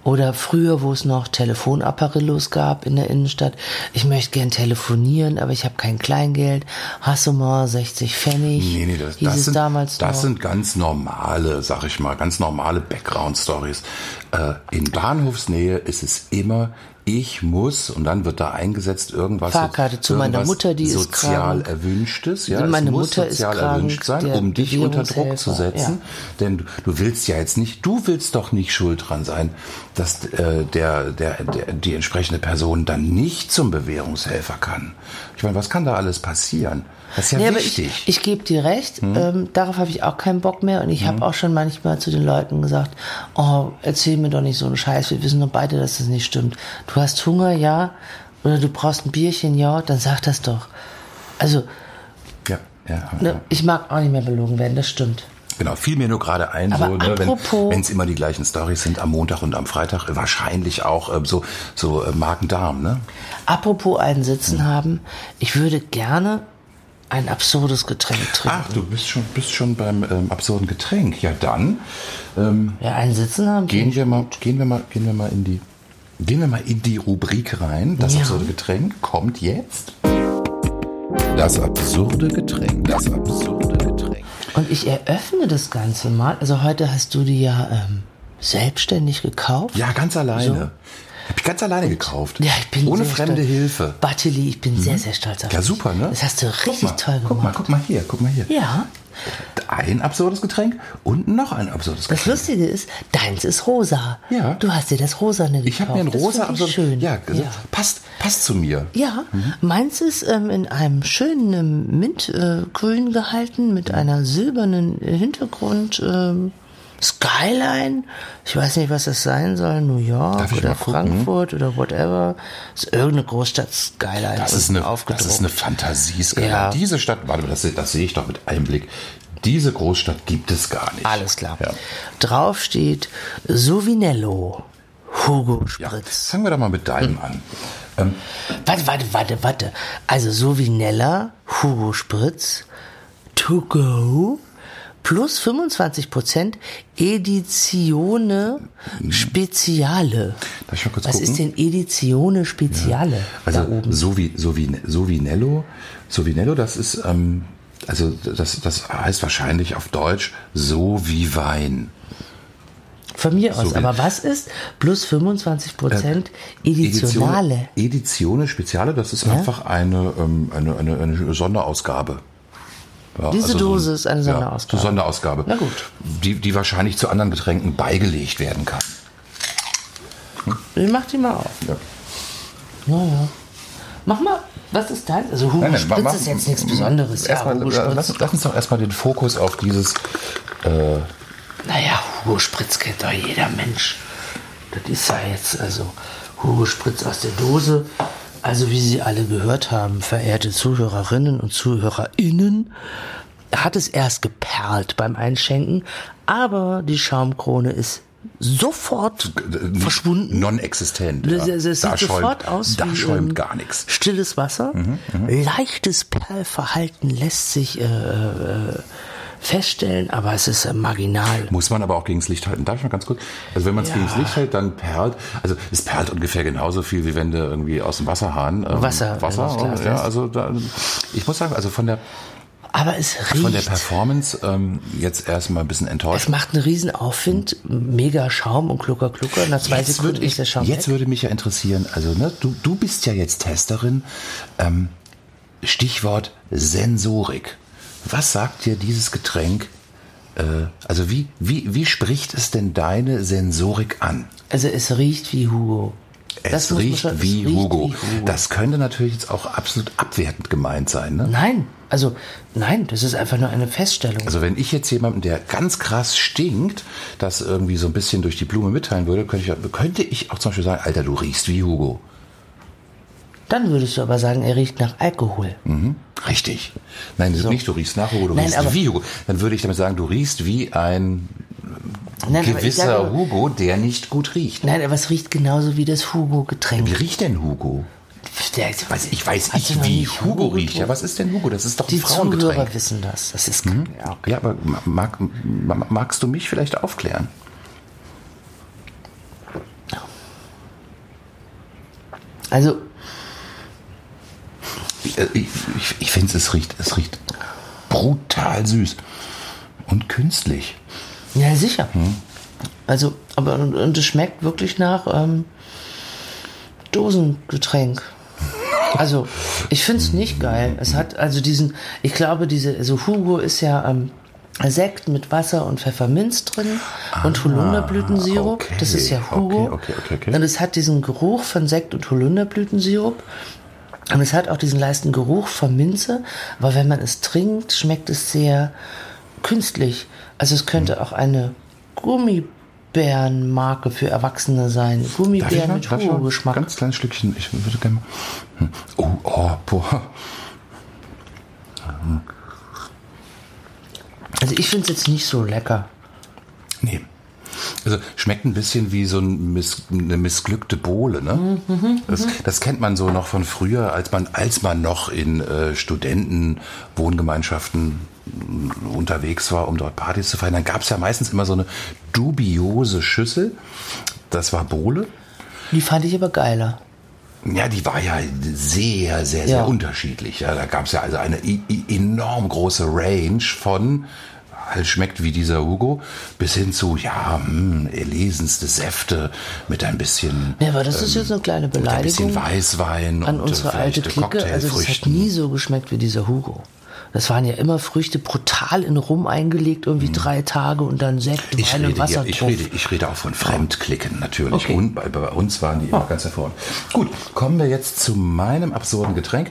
[SPEAKER 3] Oder früher, wo es noch Telefonapparillos gab in der Innenstadt. Ich möchte gern telefonieren, aber ich habe kein Kleingeld. Hast du mal 60 Pfennig?
[SPEAKER 2] Nee, nee, das,
[SPEAKER 3] Hieß
[SPEAKER 2] das,
[SPEAKER 3] es
[SPEAKER 2] sind,
[SPEAKER 3] damals noch.
[SPEAKER 2] das sind ganz normale, sag ich mal, ganz normale Background-Stories. Äh, in Bahnhofsnähe ist es immer, ich muss, und dann wird da eingesetzt irgendwas.
[SPEAKER 3] Fahrkarte zu meiner
[SPEAKER 2] irgendwas
[SPEAKER 3] Mutter, die ist
[SPEAKER 2] Sozial
[SPEAKER 3] krank.
[SPEAKER 2] erwünschtes, ja.
[SPEAKER 3] Und meine
[SPEAKER 2] es muss
[SPEAKER 3] Mutter ist
[SPEAKER 2] sozial
[SPEAKER 3] krank,
[SPEAKER 2] erwünscht sein,
[SPEAKER 3] der
[SPEAKER 2] um dich unter Druck zu
[SPEAKER 3] Bewährungshelfer,
[SPEAKER 2] setzen. Denn du, du willst ja jetzt nicht, du willst doch nicht schuld dran sein, dass äh, der, der, der, die entsprechende Person dann nicht zum Bewährungshelfer kann. Ich meine, was kann da alles passieren? Das ist ja
[SPEAKER 3] Nee, aber
[SPEAKER 2] wichtig. Hm?
[SPEAKER 3] ich, ich gebe dir recht, ähm, darauf habe ich auch keinen Bock mehr und ich habe auch schon manchmal zu den Leuten gesagt, oh, erzähl mir doch nicht so einen Scheiß, wir wissen doch beide, dass das nicht stimmt. Du hast Hunger, ja, oder du brauchst ein Bierchen, ja, dann sag das doch. Also,
[SPEAKER 2] ja, ja,
[SPEAKER 3] ne, ich mag auch nicht mehr belogen werden, das stimmt.
[SPEAKER 2] Genau, fiel mir nur gerade ein,
[SPEAKER 3] Aber
[SPEAKER 2] so, ne, wenn
[SPEAKER 3] apropos-
[SPEAKER 2] wenn's immer die gleichen Stories sind am Montag und am Freitag, äh, wahrscheinlich auch ähm, so, so äh, Magen-Darm, ne?
[SPEAKER 3] Apropos einen Sitzen
[SPEAKER 2] Hm.
[SPEAKER 3] haben, ich würde gerne ein absurdes Getränk trinken.
[SPEAKER 2] Ach, du bist schon, bist schon beim ähm, absurden Getränk. Ja, dann ähm,
[SPEAKER 3] Ja, einen Sitzen haben?
[SPEAKER 2] gehen wir mal, gehen wir mal, gehen wir mal in die, gehen wir mal in die Rubrik rein. Das
[SPEAKER 3] Ja.
[SPEAKER 2] absurde Getränk kommt jetzt. Das absurde Getränk, das absurde Getränk.
[SPEAKER 3] Und ich eröffne das Ganze mal. Also heute hast du die ja ähm, selbstständig gekauft.
[SPEAKER 2] Ja, ganz alleine. Hab ich ganz alleine gekauft.
[SPEAKER 3] Ja, ich bin
[SPEAKER 2] Ohne
[SPEAKER 3] sehr
[SPEAKER 2] fremde
[SPEAKER 3] stolz.
[SPEAKER 2] Hilfe. Mhm.
[SPEAKER 3] Barteli, ich bin sehr, sehr stolz auf dich.
[SPEAKER 2] Ja, super, ne?
[SPEAKER 3] Das hast du
[SPEAKER 2] Guck
[SPEAKER 3] richtig
[SPEAKER 2] mal,
[SPEAKER 3] toll gemacht.
[SPEAKER 2] Guck mal, guck mal hier, guck mal hier.
[SPEAKER 3] Ja,
[SPEAKER 2] Ein absurdes Getränk und noch ein
[SPEAKER 3] das
[SPEAKER 2] absurdes Getränk.
[SPEAKER 3] Lustige ist, deins ist rosa.
[SPEAKER 2] Ja.
[SPEAKER 3] Du hast dir das Rosane gekauft.
[SPEAKER 2] Ich habe mir ein rosa
[SPEAKER 3] das find
[SPEAKER 2] absurdes
[SPEAKER 3] ich schön.
[SPEAKER 2] Ja, Mhm.
[SPEAKER 3] ja.
[SPEAKER 2] Passt, passt zu mir.
[SPEAKER 3] Ja, meins ist ähm, in einem schönen ähm, Mintgrün äh, Grün gehalten
[SPEAKER 2] Mhm.
[SPEAKER 3] mit einer silbernen äh, Hintergrund. Ähm, Skyline, ich weiß nicht, was das sein soll, New York
[SPEAKER 2] Darf ich mal
[SPEAKER 3] oder
[SPEAKER 2] gucken?
[SPEAKER 3] Frankfurt oder whatever. ist irgendeine Großstadt Skyline.
[SPEAKER 2] Das ist eine, das
[SPEAKER 3] aufgedruckt.
[SPEAKER 2] ist eine Fantasie.
[SPEAKER 3] Ja.
[SPEAKER 2] Diese Stadt, warte mal, das, se- das sehe ich doch mit einem Blick. Diese Großstadt gibt es gar nicht.
[SPEAKER 3] Alles klar.
[SPEAKER 2] Ja.
[SPEAKER 3] Drauf steht Sovinello. Hugo
[SPEAKER 2] Ja.
[SPEAKER 3] Spritz.
[SPEAKER 2] Fangen wir doch mal mit
[SPEAKER 3] Hm.
[SPEAKER 2] deinem an. Ähm,
[SPEAKER 3] Warte, warte, warte, warte. Also Sovinella, Hugo Spritz, to go, plus 25% Edizione Speziale.
[SPEAKER 2] darf ich mal Mhm. kurz
[SPEAKER 3] Was
[SPEAKER 2] gucken?
[SPEAKER 3] ist denn Edizione Speziale?
[SPEAKER 2] Also so wie so wie so wie Nello, so wie Nello, das ist ähm, Also das, das heißt wahrscheinlich auf Deutsch so wie Wein.
[SPEAKER 3] Von mir aus.
[SPEAKER 2] So, Äh,
[SPEAKER 3] Aber was ist plus 25 Prozent Editionale?
[SPEAKER 2] Edition- Edizione Speziale, das ist einfach eine, ähm, eine, eine, eine Sonderausgabe. Ja, also
[SPEAKER 3] Diese Dose
[SPEAKER 2] so-
[SPEAKER 3] ist eine Sonderausgabe.
[SPEAKER 2] Ja, eine Sonderausgabe.
[SPEAKER 3] Na gut.
[SPEAKER 2] Die, die wahrscheinlich zu anderen Getränken beigelegt werden kann.
[SPEAKER 3] Ich mach die mal auf.
[SPEAKER 2] Ja.
[SPEAKER 3] Ja, ja. Mach mal, was ist das? Also Hugo
[SPEAKER 2] wa-
[SPEAKER 3] Spritz
[SPEAKER 2] mach-
[SPEAKER 3] ist jetzt nichts Besonderes.
[SPEAKER 2] Erstmal,
[SPEAKER 3] ja, Hugo
[SPEAKER 2] äh,
[SPEAKER 3] Spritz.
[SPEAKER 2] lass, lass lass uns doch erstmal den Fokus auf dieses. Äh,
[SPEAKER 3] Naja, Hugo Spritz kennt doch jeder Mensch. Das ist ja jetzt also Hugo Spritz aus der Dose. Also wie Sie alle gehört haben, verehrte Zuhörerinnen und Zuhörerinnen, hat es erst geperlt beim Einschenken, aber die Schaumkrone ist sofort verschwunden.
[SPEAKER 2] Non-existent.
[SPEAKER 3] Das,
[SPEAKER 2] ja.
[SPEAKER 3] das sieht
[SPEAKER 2] Da schäumt-
[SPEAKER 3] sofort aus
[SPEAKER 2] Da
[SPEAKER 3] wie
[SPEAKER 2] schäumt
[SPEAKER 3] ähm,
[SPEAKER 2] gar nichts. Mhm,
[SPEAKER 3] Stilles Wasser. Leichtes Perlverhalten lässt sich äh, äh, feststellen, aber es ist äh, marginal.
[SPEAKER 2] Muss man aber auch gegen das Licht halten. Darf ich mal ganz kurz? Also wenn man es
[SPEAKER 3] Ja.
[SPEAKER 2] gegen das Licht hält, dann perlt. Also es perlt ungefähr genauso viel, wie wenn du irgendwie aus dem Wasserhahn ähm,
[SPEAKER 3] Wasser
[SPEAKER 2] Wasser.
[SPEAKER 3] ins Glas
[SPEAKER 2] ja,
[SPEAKER 3] lässt.
[SPEAKER 2] also da, ich muss sagen, also von der
[SPEAKER 3] Aber es
[SPEAKER 2] von der
[SPEAKER 3] riecht.
[SPEAKER 2] Performance ähm, jetzt erstmal ein bisschen
[SPEAKER 3] Es
[SPEAKER 2] enttäuscht.
[SPEAKER 3] macht einen riesen Aufwind, mega Schaum und klucker klucker. Nach zwei Sekunden ist der Schaum
[SPEAKER 2] jetzt
[SPEAKER 3] weg.
[SPEAKER 2] würde mich ja interessieren, also ne, du, du bist ja jetzt Testerin. Ähm, Stichwort Sensorik. Was sagt dir dieses Getränk? Äh, also wie, wie, wie spricht es denn deine Sensorik an?
[SPEAKER 3] Also es riecht wie Hugo. Das
[SPEAKER 2] Es
[SPEAKER 3] muss man
[SPEAKER 2] riecht,
[SPEAKER 3] schon- es
[SPEAKER 2] wie, Hugo.
[SPEAKER 3] Hugo.
[SPEAKER 2] Das könnte natürlich jetzt auch absolut abwertend gemeint sein. Ne?
[SPEAKER 3] nein, also nein, das ist einfach nur eine Feststellung.
[SPEAKER 2] Also wenn ich jetzt jemandem, der ganz krass stinkt, das irgendwie so ein bisschen durch die Blume mitteilen würde, könnte ich, könnte ich auch zum Beispiel sagen, Alter, du riechst wie Hugo.
[SPEAKER 3] Dann würdest du aber sagen, er riecht nach Alkohol.
[SPEAKER 2] Hm. Richtig. Nein, nicht du riechst nach Hugo, du
[SPEAKER 3] Nein, aber-
[SPEAKER 2] riechst wie Hugo. Dann würde ich damit sagen, du riechst wie ein
[SPEAKER 3] Nein, aber ich
[SPEAKER 2] gewisser
[SPEAKER 3] sage nur-
[SPEAKER 2] Hugo, der nicht gut riecht.
[SPEAKER 3] Nein, aber es riecht genauso wie das
[SPEAKER 2] Wie
[SPEAKER 3] Hugo-Getränk.
[SPEAKER 2] riecht denn Hugo?
[SPEAKER 3] Der-
[SPEAKER 2] Weiß, ich weiß
[SPEAKER 3] Hast du noch
[SPEAKER 2] nicht, wie
[SPEAKER 3] nie
[SPEAKER 2] Hugo, riecht. Ja, was ist denn Hugo? Das ist doch ein
[SPEAKER 3] Die
[SPEAKER 2] Frauengetränk.
[SPEAKER 3] Zuhörer wissen das. Das ist
[SPEAKER 2] Mhm.
[SPEAKER 3] ja.
[SPEAKER 2] Ja, aber mag, mag, magst du mich vielleicht aufklären?
[SPEAKER 3] Also,
[SPEAKER 2] Ich, äh, ich, ich, ich finde es riecht, es riecht brutal süß und künstlich.
[SPEAKER 3] ja, sicher.
[SPEAKER 2] Mhm.
[SPEAKER 3] Also, aber und, und es schmeckt wirklich nach ähm, Dosengetränk. Also, ich finde es nicht geil. Es hat also diesen, ich glaube, diese, also Hugo ist ja ähm, Sekt mit Wasser und Pfefferminz drin und Holunderblütensirup.
[SPEAKER 2] Ah, okay.
[SPEAKER 3] Das ist ja Hugo.
[SPEAKER 2] Okay, okay, okay, okay.
[SPEAKER 3] Und es hat diesen Geruch von Sekt und Holunderblütensirup. Und es hat auch diesen leisten Geruch von Minze, aber wenn man es trinkt, schmeckt es sehr künstlich. Also es könnte
[SPEAKER 2] Hm.
[SPEAKER 3] auch eine Gummibärenmarke für Erwachsene sein. Gummibären mit
[SPEAKER 2] ich mal ein
[SPEAKER 3] Hugo-Geschmack.
[SPEAKER 2] ganz kleines Schlückchen? Ich würde gerne mal. Hm. Oh, oh, boah.
[SPEAKER 3] Also ich finde es jetzt nicht so lecker.
[SPEAKER 2] Nee. Also schmeckt ein bisschen wie so ein miss, eine missglückte Bohle, ne? Das, das kennt man so noch von früher, als man, als man noch in äh, Studentenwohngemeinschaften mh, unterwegs war, um dort Partys zu feiern. Dann gab es ja meistens immer so eine dubiose Schüssel. Das war Bohle.
[SPEAKER 3] Die fand ich aber geiler.
[SPEAKER 2] Ja, die war ja sehr, sehr, sehr
[SPEAKER 3] Ja.
[SPEAKER 2] unterschiedlich. Ja, da gab es ja also eine i- i- enorm große Range von halt schmeckt wie dieser Hugo bis hin zu, ja, mh, erlesenste Säfte mit ein bisschen,
[SPEAKER 3] Ja, aber das ist jetzt eine kleine
[SPEAKER 2] mit Ähm, ein bisschen
[SPEAKER 3] Beleidigung
[SPEAKER 2] Weißwein
[SPEAKER 3] an
[SPEAKER 2] und äh,
[SPEAKER 3] unsere alte
[SPEAKER 2] vielleicht
[SPEAKER 3] Clique. Also das hat
[SPEAKER 2] Cocktailfrüchten.
[SPEAKER 3] nie so geschmeckt wie dieser Hugo. Das waren ja immer Früchte brutal in Rum eingelegt, irgendwie drei Tage und dann Sekt,
[SPEAKER 2] Hm. ich
[SPEAKER 3] Wein und
[SPEAKER 2] rede, hier,
[SPEAKER 3] Wassertropf.
[SPEAKER 2] ich, rede, ich rede auch von Fremdklicken natürlich.
[SPEAKER 3] Okay.
[SPEAKER 2] Und bei, bei uns waren die immer ganz hervorragend. Gut, kommen wir jetzt zu meinem absurden Getränk.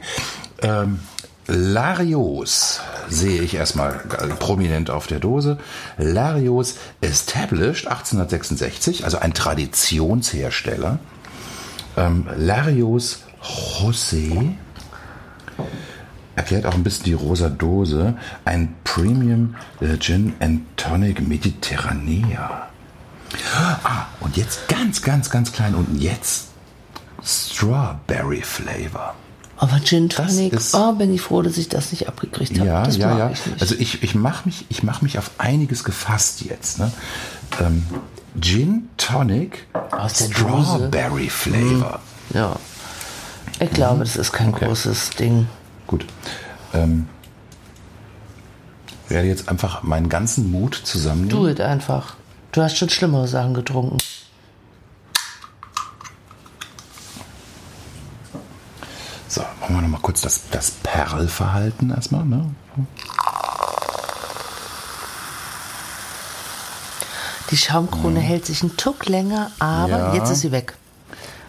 [SPEAKER 2] Ähm, Larios sehe ich erstmal äh, prominent auf der Dose. Larios Established 1866, also ein Traditionshersteller. Ähm, Larios José erklärt auch ein bisschen die rosa Dose. Ein Premium äh, Gin and Tonic Mediterranea. Ah, und jetzt ganz, ganz, ganz klein unten jetzt Strawberry Flavor.
[SPEAKER 3] Aber Gin Tonic,
[SPEAKER 2] ist-
[SPEAKER 3] oh, bin ich froh, dass ich das nicht abgekriegt habe.
[SPEAKER 2] Ja,
[SPEAKER 3] das
[SPEAKER 2] ja,
[SPEAKER 3] mag
[SPEAKER 2] ja.
[SPEAKER 3] ich nicht.
[SPEAKER 2] also ich, ich mache mich, ich mach mich auf einiges gefasst jetzt. Ne? Ähm, Gin Tonic
[SPEAKER 3] Aus der Dose.
[SPEAKER 2] Strawberry Flavor.
[SPEAKER 3] ja.
[SPEAKER 2] Mhm.
[SPEAKER 3] Ich glaube, das ist kein großes Ding.
[SPEAKER 2] Gut. Ähm, werde jetzt einfach meinen ganzen Mut
[SPEAKER 3] Do
[SPEAKER 2] zusammennehmen.
[SPEAKER 3] it einfach. Du hast schon schlimmere Sachen getrunken.
[SPEAKER 2] So, machen wir nochmal kurz das, das Perlverhalten erstmal. Ne?
[SPEAKER 3] Die Schaumkrone hält sich einen Tuck länger, aber
[SPEAKER 2] Mhm. Ja.
[SPEAKER 3] jetzt ist sie weg.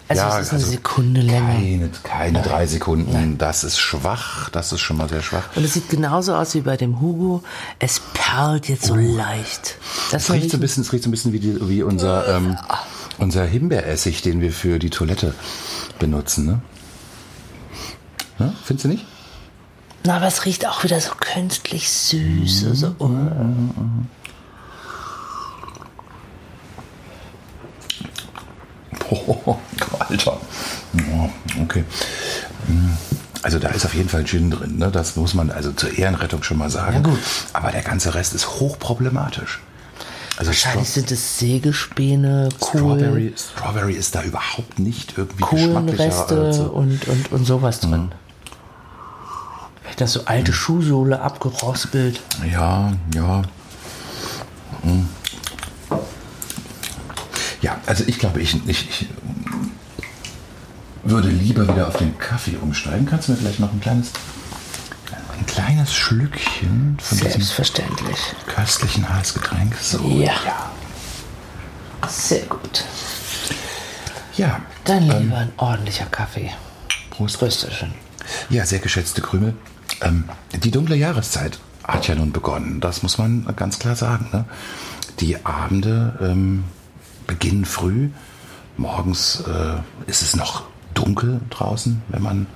[SPEAKER 3] Also
[SPEAKER 2] Ja,
[SPEAKER 3] es ist eine
[SPEAKER 2] also
[SPEAKER 3] Sekunde länger.
[SPEAKER 2] Keine, keine drei Sekunden. Das ist schwach. Das ist schon mal sehr schwach.
[SPEAKER 3] Und es sieht genauso aus wie bei dem Hugo. Es perlt jetzt so leicht. Das
[SPEAKER 2] Es riecht so
[SPEAKER 3] riecht-
[SPEAKER 2] ein bisschen, es riecht so ein bisschen wie, die, wie
[SPEAKER 3] Äh.
[SPEAKER 2] unser, ähm, unser Himbeeressig, den wir für die Toilette benutzen. Ne? Ja, findest du nicht?
[SPEAKER 3] Na, aber es riecht auch wieder so künstlich süß. Also, oh.
[SPEAKER 2] Mhm, Boah, Alter. Ja, okay. Mm, Also da ist auf jeden Fall Gin drin, ne? das muss man also zur Ehrenrettung schon mal sagen.
[SPEAKER 3] gut.
[SPEAKER 2] Aber der ganze Rest ist hochproblematisch. Also
[SPEAKER 3] Wahrscheinlich sind es Sägespäne, Kohlen,
[SPEAKER 2] Strawberry, Strawberry ist da überhaupt nicht irgendwie geschmacklicher. also- Mhm. als
[SPEAKER 3] Kohlenreste
[SPEAKER 2] so.
[SPEAKER 3] und, und, und sowas drin. Vielleicht das so
[SPEAKER 2] Mhm.
[SPEAKER 3] alte Schuhsohle abgerospelt.
[SPEAKER 2] Ja, ja. Mm. Ja, also ich glaube, ich, ich, ich würde lieber wieder auf den Kaffee umsteigen. Kannst du mir vielleicht noch ein kleines, ein kleines Schlückchen von diesem
[SPEAKER 3] Selbstverständlich.
[SPEAKER 2] köstlichen Heißgetränk? So,
[SPEAKER 3] Ja.
[SPEAKER 2] ja.
[SPEAKER 3] Sehr gut.
[SPEAKER 2] Ja,
[SPEAKER 3] Dann lieber ein ordentlicher Kaffee.
[SPEAKER 2] Ähm. Prost.
[SPEAKER 3] Rösterchen.
[SPEAKER 2] Ja, sehr geschätzte Krümel. Ähm, die dunkle Jahreszeit hat ja nun begonnen. Das muss man ganz klar sagen. Ne? Die Abende ähm, beginnen früh. Morgens äh, ist es noch dunkel draußen, wenn man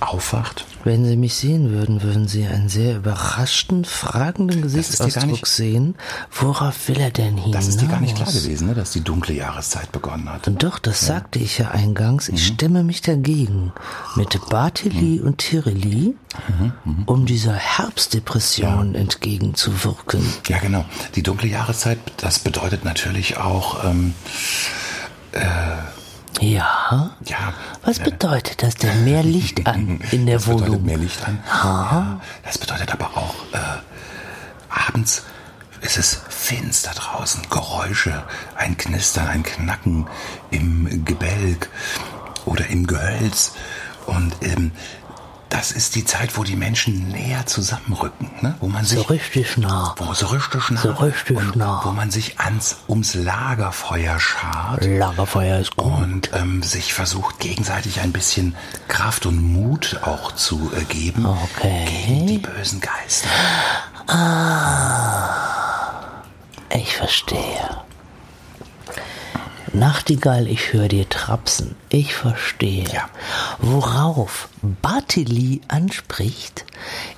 [SPEAKER 2] aufwacht.
[SPEAKER 3] Wenn Sie mich sehen würden, würden Sie einen sehr überraschten, fragenden
[SPEAKER 2] ist dir gar
[SPEAKER 3] Gesichtsausdruck
[SPEAKER 2] nicht-
[SPEAKER 3] sehen. Worauf will er denn hinaus?
[SPEAKER 2] Das ist dir gar nicht klar gewesen, ne? dass die dunkle Jahreszeit begonnen hat.
[SPEAKER 3] Und doch, das sagte ich ja eingangs,
[SPEAKER 2] Mhm.
[SPEAKER 3] ich stemme mich dagegen mit Barteli und Tireli,
[SPEAKER 2] Mhm,
[SPEAKER 3] um dieser Herbstdepression entgegenzuwirken.
[SPEAKER 2] Ja, genau. Die dunkle Jahreszeit, das bedeutet natürlich auch, ähm,
[SPEAKER 3] Ja?
[SPEAKER 2] ja,
[SPEAKER 3] Was bedeutet das denn? Mehr Licht an in der
[SPEAKER 2] Mhm. das bedeutet
[SPEAKER 3] Wohnung.
[SPEAKER 2] mehr Licht an. Ja, das bedeutet aber auch, äh, abends ist es finster draußen. Geräusche, ein Knistern, ein Knacken im Gebälk oder im Gehölz. Und ähm, das ist die Zeit, wo die Menschen näher zusammenrücken. Ne? Wo man
[SPEAKER 3] So
[SPEAKER 2] sich
[SPEAKER 3] richtig nah.
[SPEAKER 2] wo so richtig nah,
[SPEAKER 3] So richtig
[SPEAKER 2] und
[SPEAKER 3] nah.
[SPEAKER 2] wo man sich ans, ums Lagerfeuer schart
[SPEAKER 3] Lagerfeuer ist gut.
[SPEAKER 2] und ähm, sich versucht gegenseitig ein bisschen Kraft und Mut auch zu äh, geben
[SPEAKER 3] Okay.
[SPEAKER 2] gegen die bösen Geister.
[SPEAKER 3] Ich verstehe. Nachtigall, ich höre dir trapsen. Ich verstehe.
[SPEAKER 2] Ja.
[SPEAKER 3] Worauf Barteli anspricht,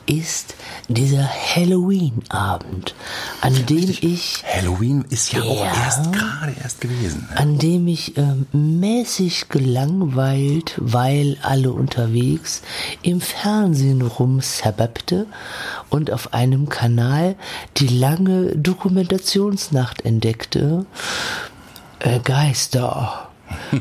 [SPEAKER 3] ist dieser Halloween-Abend, an dem ich,
[SPEAKER 2] Halloween ist ja, auch
[SPEAKER 3] Ja.
[SPEAKER 2] erst gerade erst gewesen. ne?
[SPEAKER 3] an dem ich ähm, mäßig gelangweilt, weil alle unterwegs, im Fernsehen rumsabbte und auf einem Kanal die lange Dokumentationsnacht entdeckte. Äh, Geister.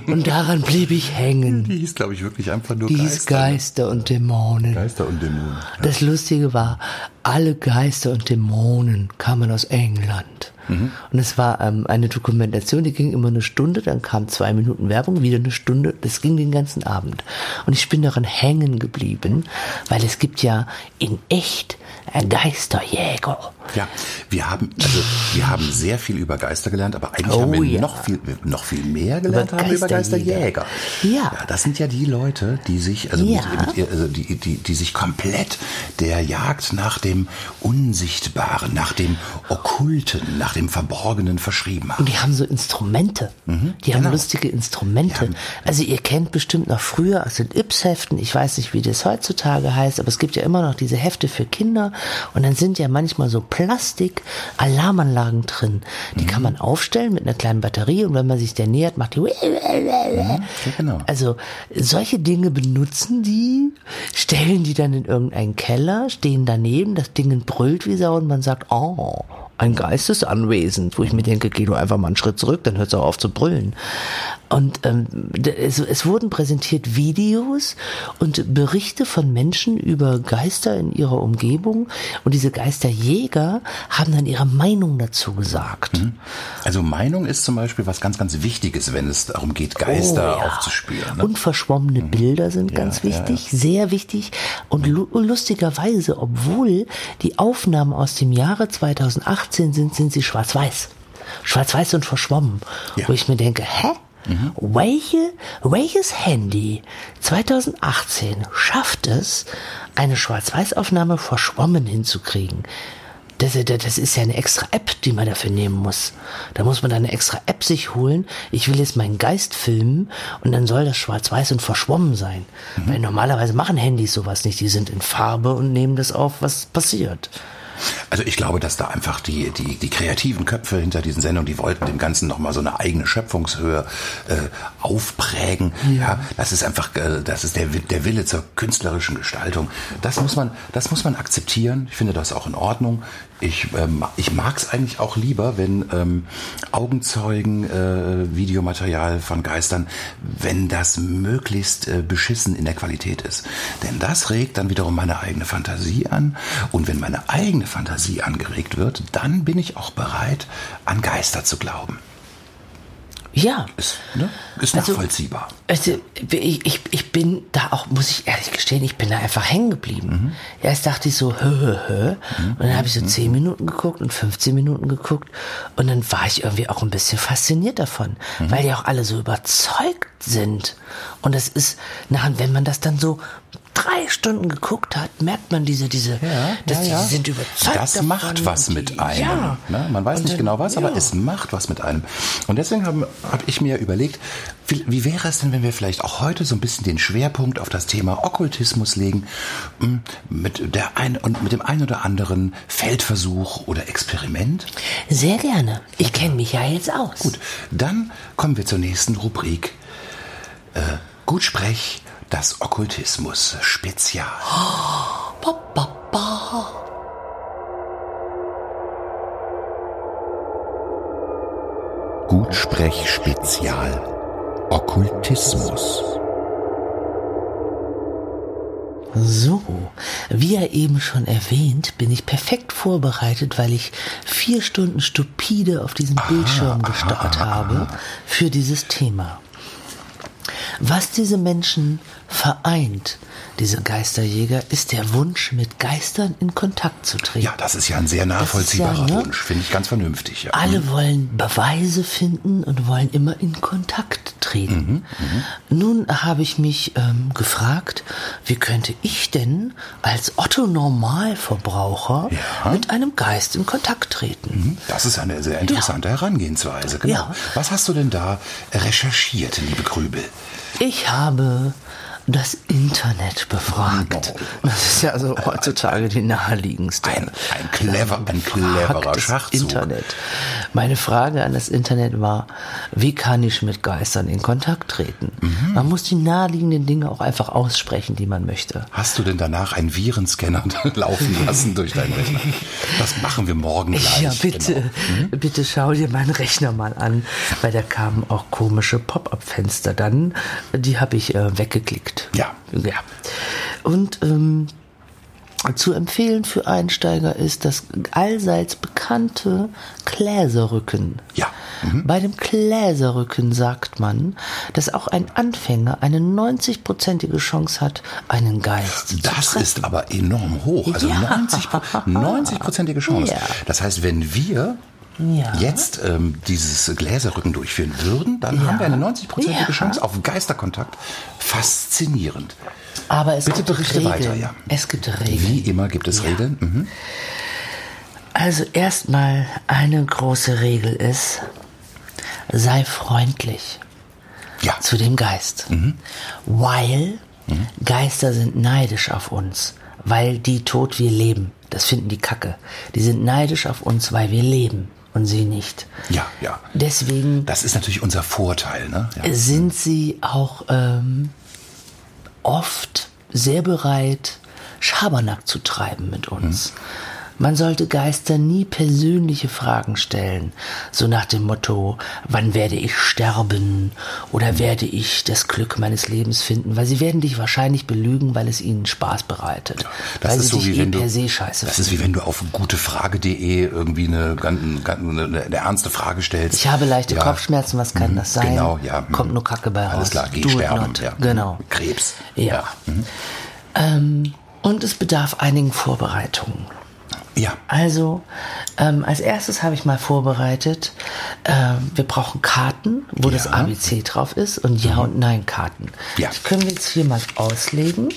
[SPEAKER 3] Und daran blieb ich hängen.
[SPEAKER 2] Die hieß, glaube ich, wirklich einfach nur
[SPEAKER 3] Dies
[SPEAKER 2] Geister. ne?
[SPEAKER 3] Geister und Dämonen.
[SPEAKER 2] Geister und Dämonen.
[SPEAKER 3] Das Lustige war, alle Geister und Dämonen kamen aus England. Und es war ähm, eine Dokumentation, die ging immer eine Stunde, dann kam zwei Minuten Werbung, wieder eine Stunde. Das ging den ganzen Abend. Und ich bin daran hängen geblieben, weil es gibt ja in echt äh, Geisterjäger.
[SPEAKER 2] Ja, wir haben, also, wir haben sehr viel über Geister gelernt, aber eigentlich
[SPEAKER 3] Oh
[SPEAKER 2] haben wir
[SPEAKER 3] ja.
[SPEAKER 2] noch, viel, noch viel mehr gelernt haben über
[SPEAKER 3] Geisterjäger.
[SPEAKER 2] Geisterjäger.
[SPEAKER 3] Ja.
[SPEAKER 2] Das sind ja die Leute, die sich, also,
[SPEAKER 3] Ja.
[SPEAKER 2] mit, mit, ihr- also die, die, die sich komplett der Jagd nach dem Unsichtbaren, nach dem Okkulten, nach dem Verborgenen verschrieben haben.
[SPEAKER 3] Und die haben so Instrumente. die haben lustige Instrumente. also ihr kennt bestimmt noch früher aus den Ips-Heften, ich weiß nicht, wie das heutzutage heißt, aber es gibt ja immer noch diese Hefte für Kinder und dann sind ja manchmal so Plastik-Alarmanlagen drin. Die kann man aufstellen mit einer kleinen Batterie und wenn man sich der nähert, macht die...
[SPEAKER 2] Ja, genau.
[SPEAKER 3] Also solche Dinge benutzen die, stellen die dann in irgendeinen Keller, stehen daneben, das Ding brüllt wie Sau und man sagt, oh, ein Geist ist anwesend, wo ich mir denke, geh du einfach mal einen Schritt zurück, dann hört es auch auf zu brüllen. Und ähm, d- es, es wurden präsentiert Videos und Berichte von Menschen über Geister in ihrer Umgebung. Und diese Geisterjäger haben dann ihre Meinung dazu gesagt.
[SPEAKER 2] Also Meinung ist zum Beispiel was ganz, ganz Wichtiges, wenn es darum geht, Geister
[SPEAKER 3] Oh, ja.
[SPEAKER 2] aufzuspüren. Ne?
[SPEAKER 3] Und verschwommene Bilder sind ganz
[SPEAKER 2] ja, ja.
[SPEAKER 3] wichtig, sehr wichtig. Und lu lustigerweise, obwohl die Aufnahmen aus dem Jahre 2018 sind, sind sie schwarz-weiß. Schwarz-weiß und verschwommen.
[SPEAKER 2] Ja.
[SPEAKER 3] Wo ich mir denke, hä? Welche, welches Handy 2018 schafft es, eine Schwarz-Weiß-Aufnahme verschwommen hinzukriegen? Das, das ist ja eine extra App, die man dafür nehmen muss. Da muss man dann eine extra App sich holen. Ich will jetzt meinen Geist filmen und dann soll das schwarz-weiß und verschwommen sein. Weil normalerweise machen Handys sowas nicht. Die sind in Farbe und nehmen das auf, was passiert.
[SPEAKER 2] Also ich glaube, dass da einfach die, die, die kreativen Köpfe hinter diesen Sendungen, die wollten dem Ganzen nochmal so eine eigene Schöpfungshöhe äh, aufprägen. Ja. das ist einfach, äh, das ist der, Wi- der Wille zur künstlerischen Gestaltung. Das muss man, das muss man akzeptieren. Ich finde das auch in Ordnung. Ich, ähm, ich mag es eigentlich auch lieber, wenn ähm, Augenzeugen, äh, Videomaterial von Geistern, wenn das möglichst äh, beschissen in der Qualität ist. Denn das regt dann wiederum meine eigene Fantasie an. Und wenn meine eigene Fantasie angeregt wird, dann bin ich auch bereit, an Geister zu glauben.
[SPEAKER 3] Ja.
[SPEAKER 2] Ist, ne? ist
[SPEAKER 3] Also-
[SPEAKER 2] nachvollziehbar.
[SPEAKER 3] Also, ich, ich, ich bin da auch, muss ich ehrlich gestehen, ich bin da einfach hängen
[SPEAKER 2] Mhm.
[SPEAKER 3] geblieben. Erst dachte ich so, hö, hö, hö. Und dann habe ich so 10 Minuten geguckt und 15 Minuten geguckt. Und dann war ich irgendwie auch ein bisschen fasziniert davon,
[SPEAKER 2] Mhm.
[SPEAKER 3] weil die auch alle so überzeugt sind. Und das ist, na, wenn man das dann so drei Stunden geguckt hat, merkt man diese, diese, dass die sind überzeugt.
[SPEAKER 2] Das
[SPEAKER 3] davon
[SPEAKER 2] macht was
[SPEAKER 3] und
[SPEAKER 2] mit
[SPEAKER 3] die-
[SPEAKER 2] einem.
[SPEAKER 3] Ja.
[SPEAKER 2] Ne? Man weiß
[SPEAKER 3] Und
[SPEAKER 2] nicht
[SPEAKER 3] dann-
[SPEAKER 2] genau was,
[SPEAKER 3] ja.
[SPEAKER 2] aber es macht was mit einem. Und deswegen habe hab ich mir überlegt, wie, wie wäre es denn, wenn wir vielleicht auch heute so ein bisschen den Schwerpunkt auf das Thema Okkultismus legen, m, mit, der ein, und mit dem einen oder anderen Feldversuch oder Experiment?
[SPEAKER 3] Sehr gerne. Ich kenne mich ja jetzt aus.
[SPEAKER 2] Gut, dann kommen wir zur nächsten Rubrik. Äh, gut sprech, das Okkultismus-Spezial.
[SPEAKER 3] Ba, ba, ba.
[SPEAKER 2] Gutsprech-Spezial Okkultismus.
[SPEAKER 3] So, wie ja eben schon erwähnt, bin ich perfekt vorbereitet, weil ich vier Stunden stupide auf diesem Bildschirm gestarrt habe für dieses Thema. Was diese Menschen vereint, diese Geisterjäger, ist der Wunsch, mit Geistern in Kontakt zu treten.
[SPEAKER 2] Ja, das ist ja ein sehr nachvollziehbarer
[SPEAKER 3] ne?
[SPEAKER 2] Wunsch, finde ich ganz vernünftig. Ja.
[SPEAKER 3] Alle wollen Beweise finden und wollen immer in Kontakt treten. Nun habe ich mich ähm, gefragt, wie könnte ich denn als Otto Normalverbraucher
[SPEAKER 2] Ja.
[SPEAKER 3] mit einem Geist in Kontakt treten?
[SPEAKER 2] Das ist eine sehr interessante Herangehensweise. Genau.
[SPEAKER 3] Ja.
[SPEAKER 2] Was hast du denn da recherchiert, liebe Grübel?
[SPEAKER 3] Ich habe das Internet befragt.
[SPEAKER 2] Oh.
[SPEAKER 3] Das ist ja also heutzutage die naheliegendste.
[SPEAKER 2] Ein- ein clever- ein cleverer
[SPEAKER 3] Befragt das
[SPEAKER 2] Schachzug.
[SPEAKER 3] Internet. Meine Frage an das Internet war, wie kann ich mit Geistern in Kontakt treten?
[SPEAKER 2] Mhm.
[SPEAKER 3] Man muss die naheliegenden Dinge auch einfach aussprechen, die man möchte.
[SPEAKER 2] Hast du denn danach einen Virenscanner laufen lassen durch deinen Rechner? Das machen wir morgen gleich.
[SPEAKER 3] ja, bitte,
[SPEAKER 2] Genau.
[SPEAKER 3] bitte schau dir meinen Rechner mal an, weil da kamen auch komische Pop-up-Fenster dann. Die habe ich äh, weggeklickt.
[SPEAKER 2] Ja.
[SPEAKER 3] Ja. Und ähm, zu empfehlen für Einsteiger ist das allseits bekannte Gläserrücken.
[SPEAKER 2] Ja. Mhm.
[SPEAKER 3] Bei dem Gläserrücken sagt man, dass auch ein Anfänger eine 90-prozentige Chance hat, einen Geist
[SPEAKER 2] Das ist aber enorm hoch. Also
[SPEAKER 3] Ja.
[SPEAKER 2] 90 90-prozentige Chance.
[SPEAKER 3] Ja.
[SPEAKER 2] Das heißt, wenn wir
[SPEAKER 3] Ja.
[SPEAKER 2] jetzt ähm, dieses Gläserrücken durchführen würden, dann
[SPEAKER 3] Ja.
[SPEAKER 2] haben wir eine 90-prozentige
[SPEAKER 3] Ja.
[SPEAKER 2] Chance auf Geisterkontakt. Faszinierend.
[SPEAKER 3] Aber es
[SPEAKER 2] Bitte
[SPEAKER 3] gibt
[SPEAKER 2] berichte
[SPEAKER 3] Regeln.
[SPEAKER 2] weiter, ja.
[SPEAKER 3] Es gibt Regeln.
[SPEAKER 2] Wie immer gibt es Regeln. Mhm.
[SPEAKER 3] Also erstmal eine große Regel ist, sei freundlich
[SPEAKER 2] Ja.
[SPEAKER 3] zu dem Geist. Weil Geister sind neidisch auf uns, weil die tot wir leben. Das finden die Kacke. Die sind neidisch auf uns, weil wir leben und sie nicht.
[SPEAKER 2] Ja, ja.
[SPEAKER 3] Deswegen
[SPEAKER 2] Das ist natürlich unser Vorteil. Ne? Ja.
[SPEAKER 3] sind sie auch ähm,
[SPEAKER 2] Hm.
[SPEAKER 3] oft sehr bereit, Schabernack zu treiben mit uns. Man sollte Geistern nie persönliche Fragen stellen, so nach dem Motto, wann werde ich sterben oder
[SPEAKER 2] Hm.
[SPEAKER 3] werde ich das Glück meines Lebens finden, weil sie werden dich wahrscheinlich belügen, weil es ihnen Spaß bereitet.
[SPEAKER 2] Das
[SPEAKER 3] weil
[SPEAKER 2] ist
[SPEAKER 3] sie
[SPEAKER 2] so
[SPEAKER 3] dich
[SPEAKER 2] wie
[SPEAKER 3] eh
[SPEAKER 2] wenn du
[SPEAKER 3] per se scheiße
[SPEAKER 2] Das ist wie wenn du auf gutefrage.de irgendwie eine, ganz, ganz, eine, eine ernste Frage stellst.
[SPEAKER 3] Ich habe leichte
[SPEAKER 2] Ja.
[SPEAKER 3] Kopfschmerzen, was kann das sein?
[SPEAKER 2] Genau, ja. mhm.
[SPEAKER 3] Kommt nur Kacke bei raus.
[SPEAKER 2] Alles klar, geh
[SPEAKER 3] Do it
[SPEAKER 2] sterben.
[SPEAKER 3] not.
[SPEAKER 2] Ja.
[SPEAKER 3] Genau.
[SPEAKER 2] Krebs.
[SPEAKER 3] Ja. Ähm, und es bedarf einigen Vorbereitungen.
[SPEAKER 2] Ja.
[SPEAKER 3] Also, ähm, als erstes habe ich mal vorbereitet, ähm, wir brauchen Karten, wo das
[SPEAKER 2] Ja. Mhm.
[SPEAKER 3] ABC drauf ist und Ja- und Nein-Karten.
[SPEAKER 2] Ja.
[SPEAKER 3] Die können wir jetzt hier mal auslegen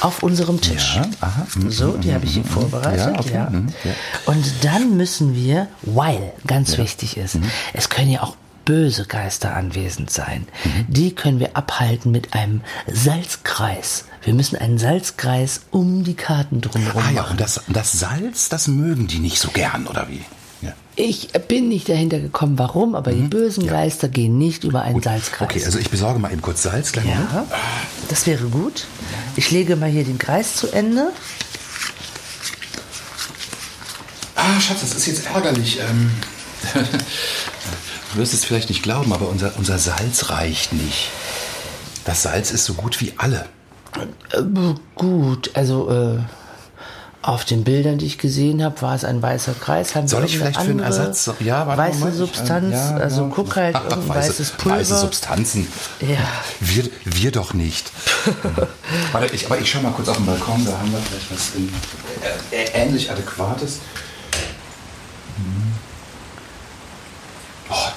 [SPEAKER 3] auf unserem Tisch.
[SPEAKER 2] Ja, aha. Mhm,
[SPEAKER 3] So, die habe ich hier vorbereitet.
[SPEAKER 2] Ja,
[SPEAKER 3] Ja,
[SPEAKER 2] okay. Mhm, ja.
[SPEAKER 3] Und dann müssen wir, weil ganz wichtig ist,
[SPEAKER 2] Mhm.
[SPEAKER 3] es können ja auch böse Geister anwesend sein.
[SPEAKER 2] Mhm.
[SPEAKER 3] Die können wir abhalten mit einem Salzkreis. Wir müssen einen Salzkreis um die Karten drumherum
[SPEAKER 2] Ah ja,
[SPEAKER 3] machen.
[SPEAKER 2] und das, das Salz, das mögen die nicht so gern, oder wie? Ja.
[SPEAKER 3] Ich bin nicht dahinter gekommen, warum, aber die bösen Geister gehen nicht über einen Salzkreis.
[SPEAKER 2] Mhm. Okay, also ich besorge mal eben kurz Salz. Kleinen Moment.
[SPEAKER 3] ja, das wäre gut. Ich lege mal hier den Kreis zu Ende.
[SPEAKER 2] Ah, Schatz, das ist jetzt ärgerlich. Ähm, du wirst es vielleicht nicht glauben, aber unser, unser Salz reicht nicht. Das Salz ist so gut wie alle.
[SPEAKER 3] Äh, Gut, also äh, auf den Bildern, die ich gesehen habe, war es ein weißer Kreis. Haben wir
[SPEAKER 2] Soll ich vielleicht
[SPEAKER 3] irgendeine
[SPEAKER 2] für einen
[SPEAKER 3] andere
[SPEAKER 2] Ersatz? Ja, warte
[SPEAKER 3] weiße
[SPEAKER 2] mal. Ich, ähm,
[SPEAKER 3] Substanz,
[SPEAKER 2] ja,
[SPEAKER 3] also
[SPEAKER 2] ja.
[SPEAKER 3] guck halt, irgendein
[SPEAKER 2] Weiße-
[SPEAKER 3] weißes Pulver.
[SPEAKER 2] Weiße Substanzen.
[SPEAKER 3] Ja.
[SPEAKER 2] Wir, wir doch nicht. Warte, ich, aber ich schau mal kurz auf den Balkon, da haben wir vielleicht was in, äh, äh, ähnlich Adäquates. Hm. Oh,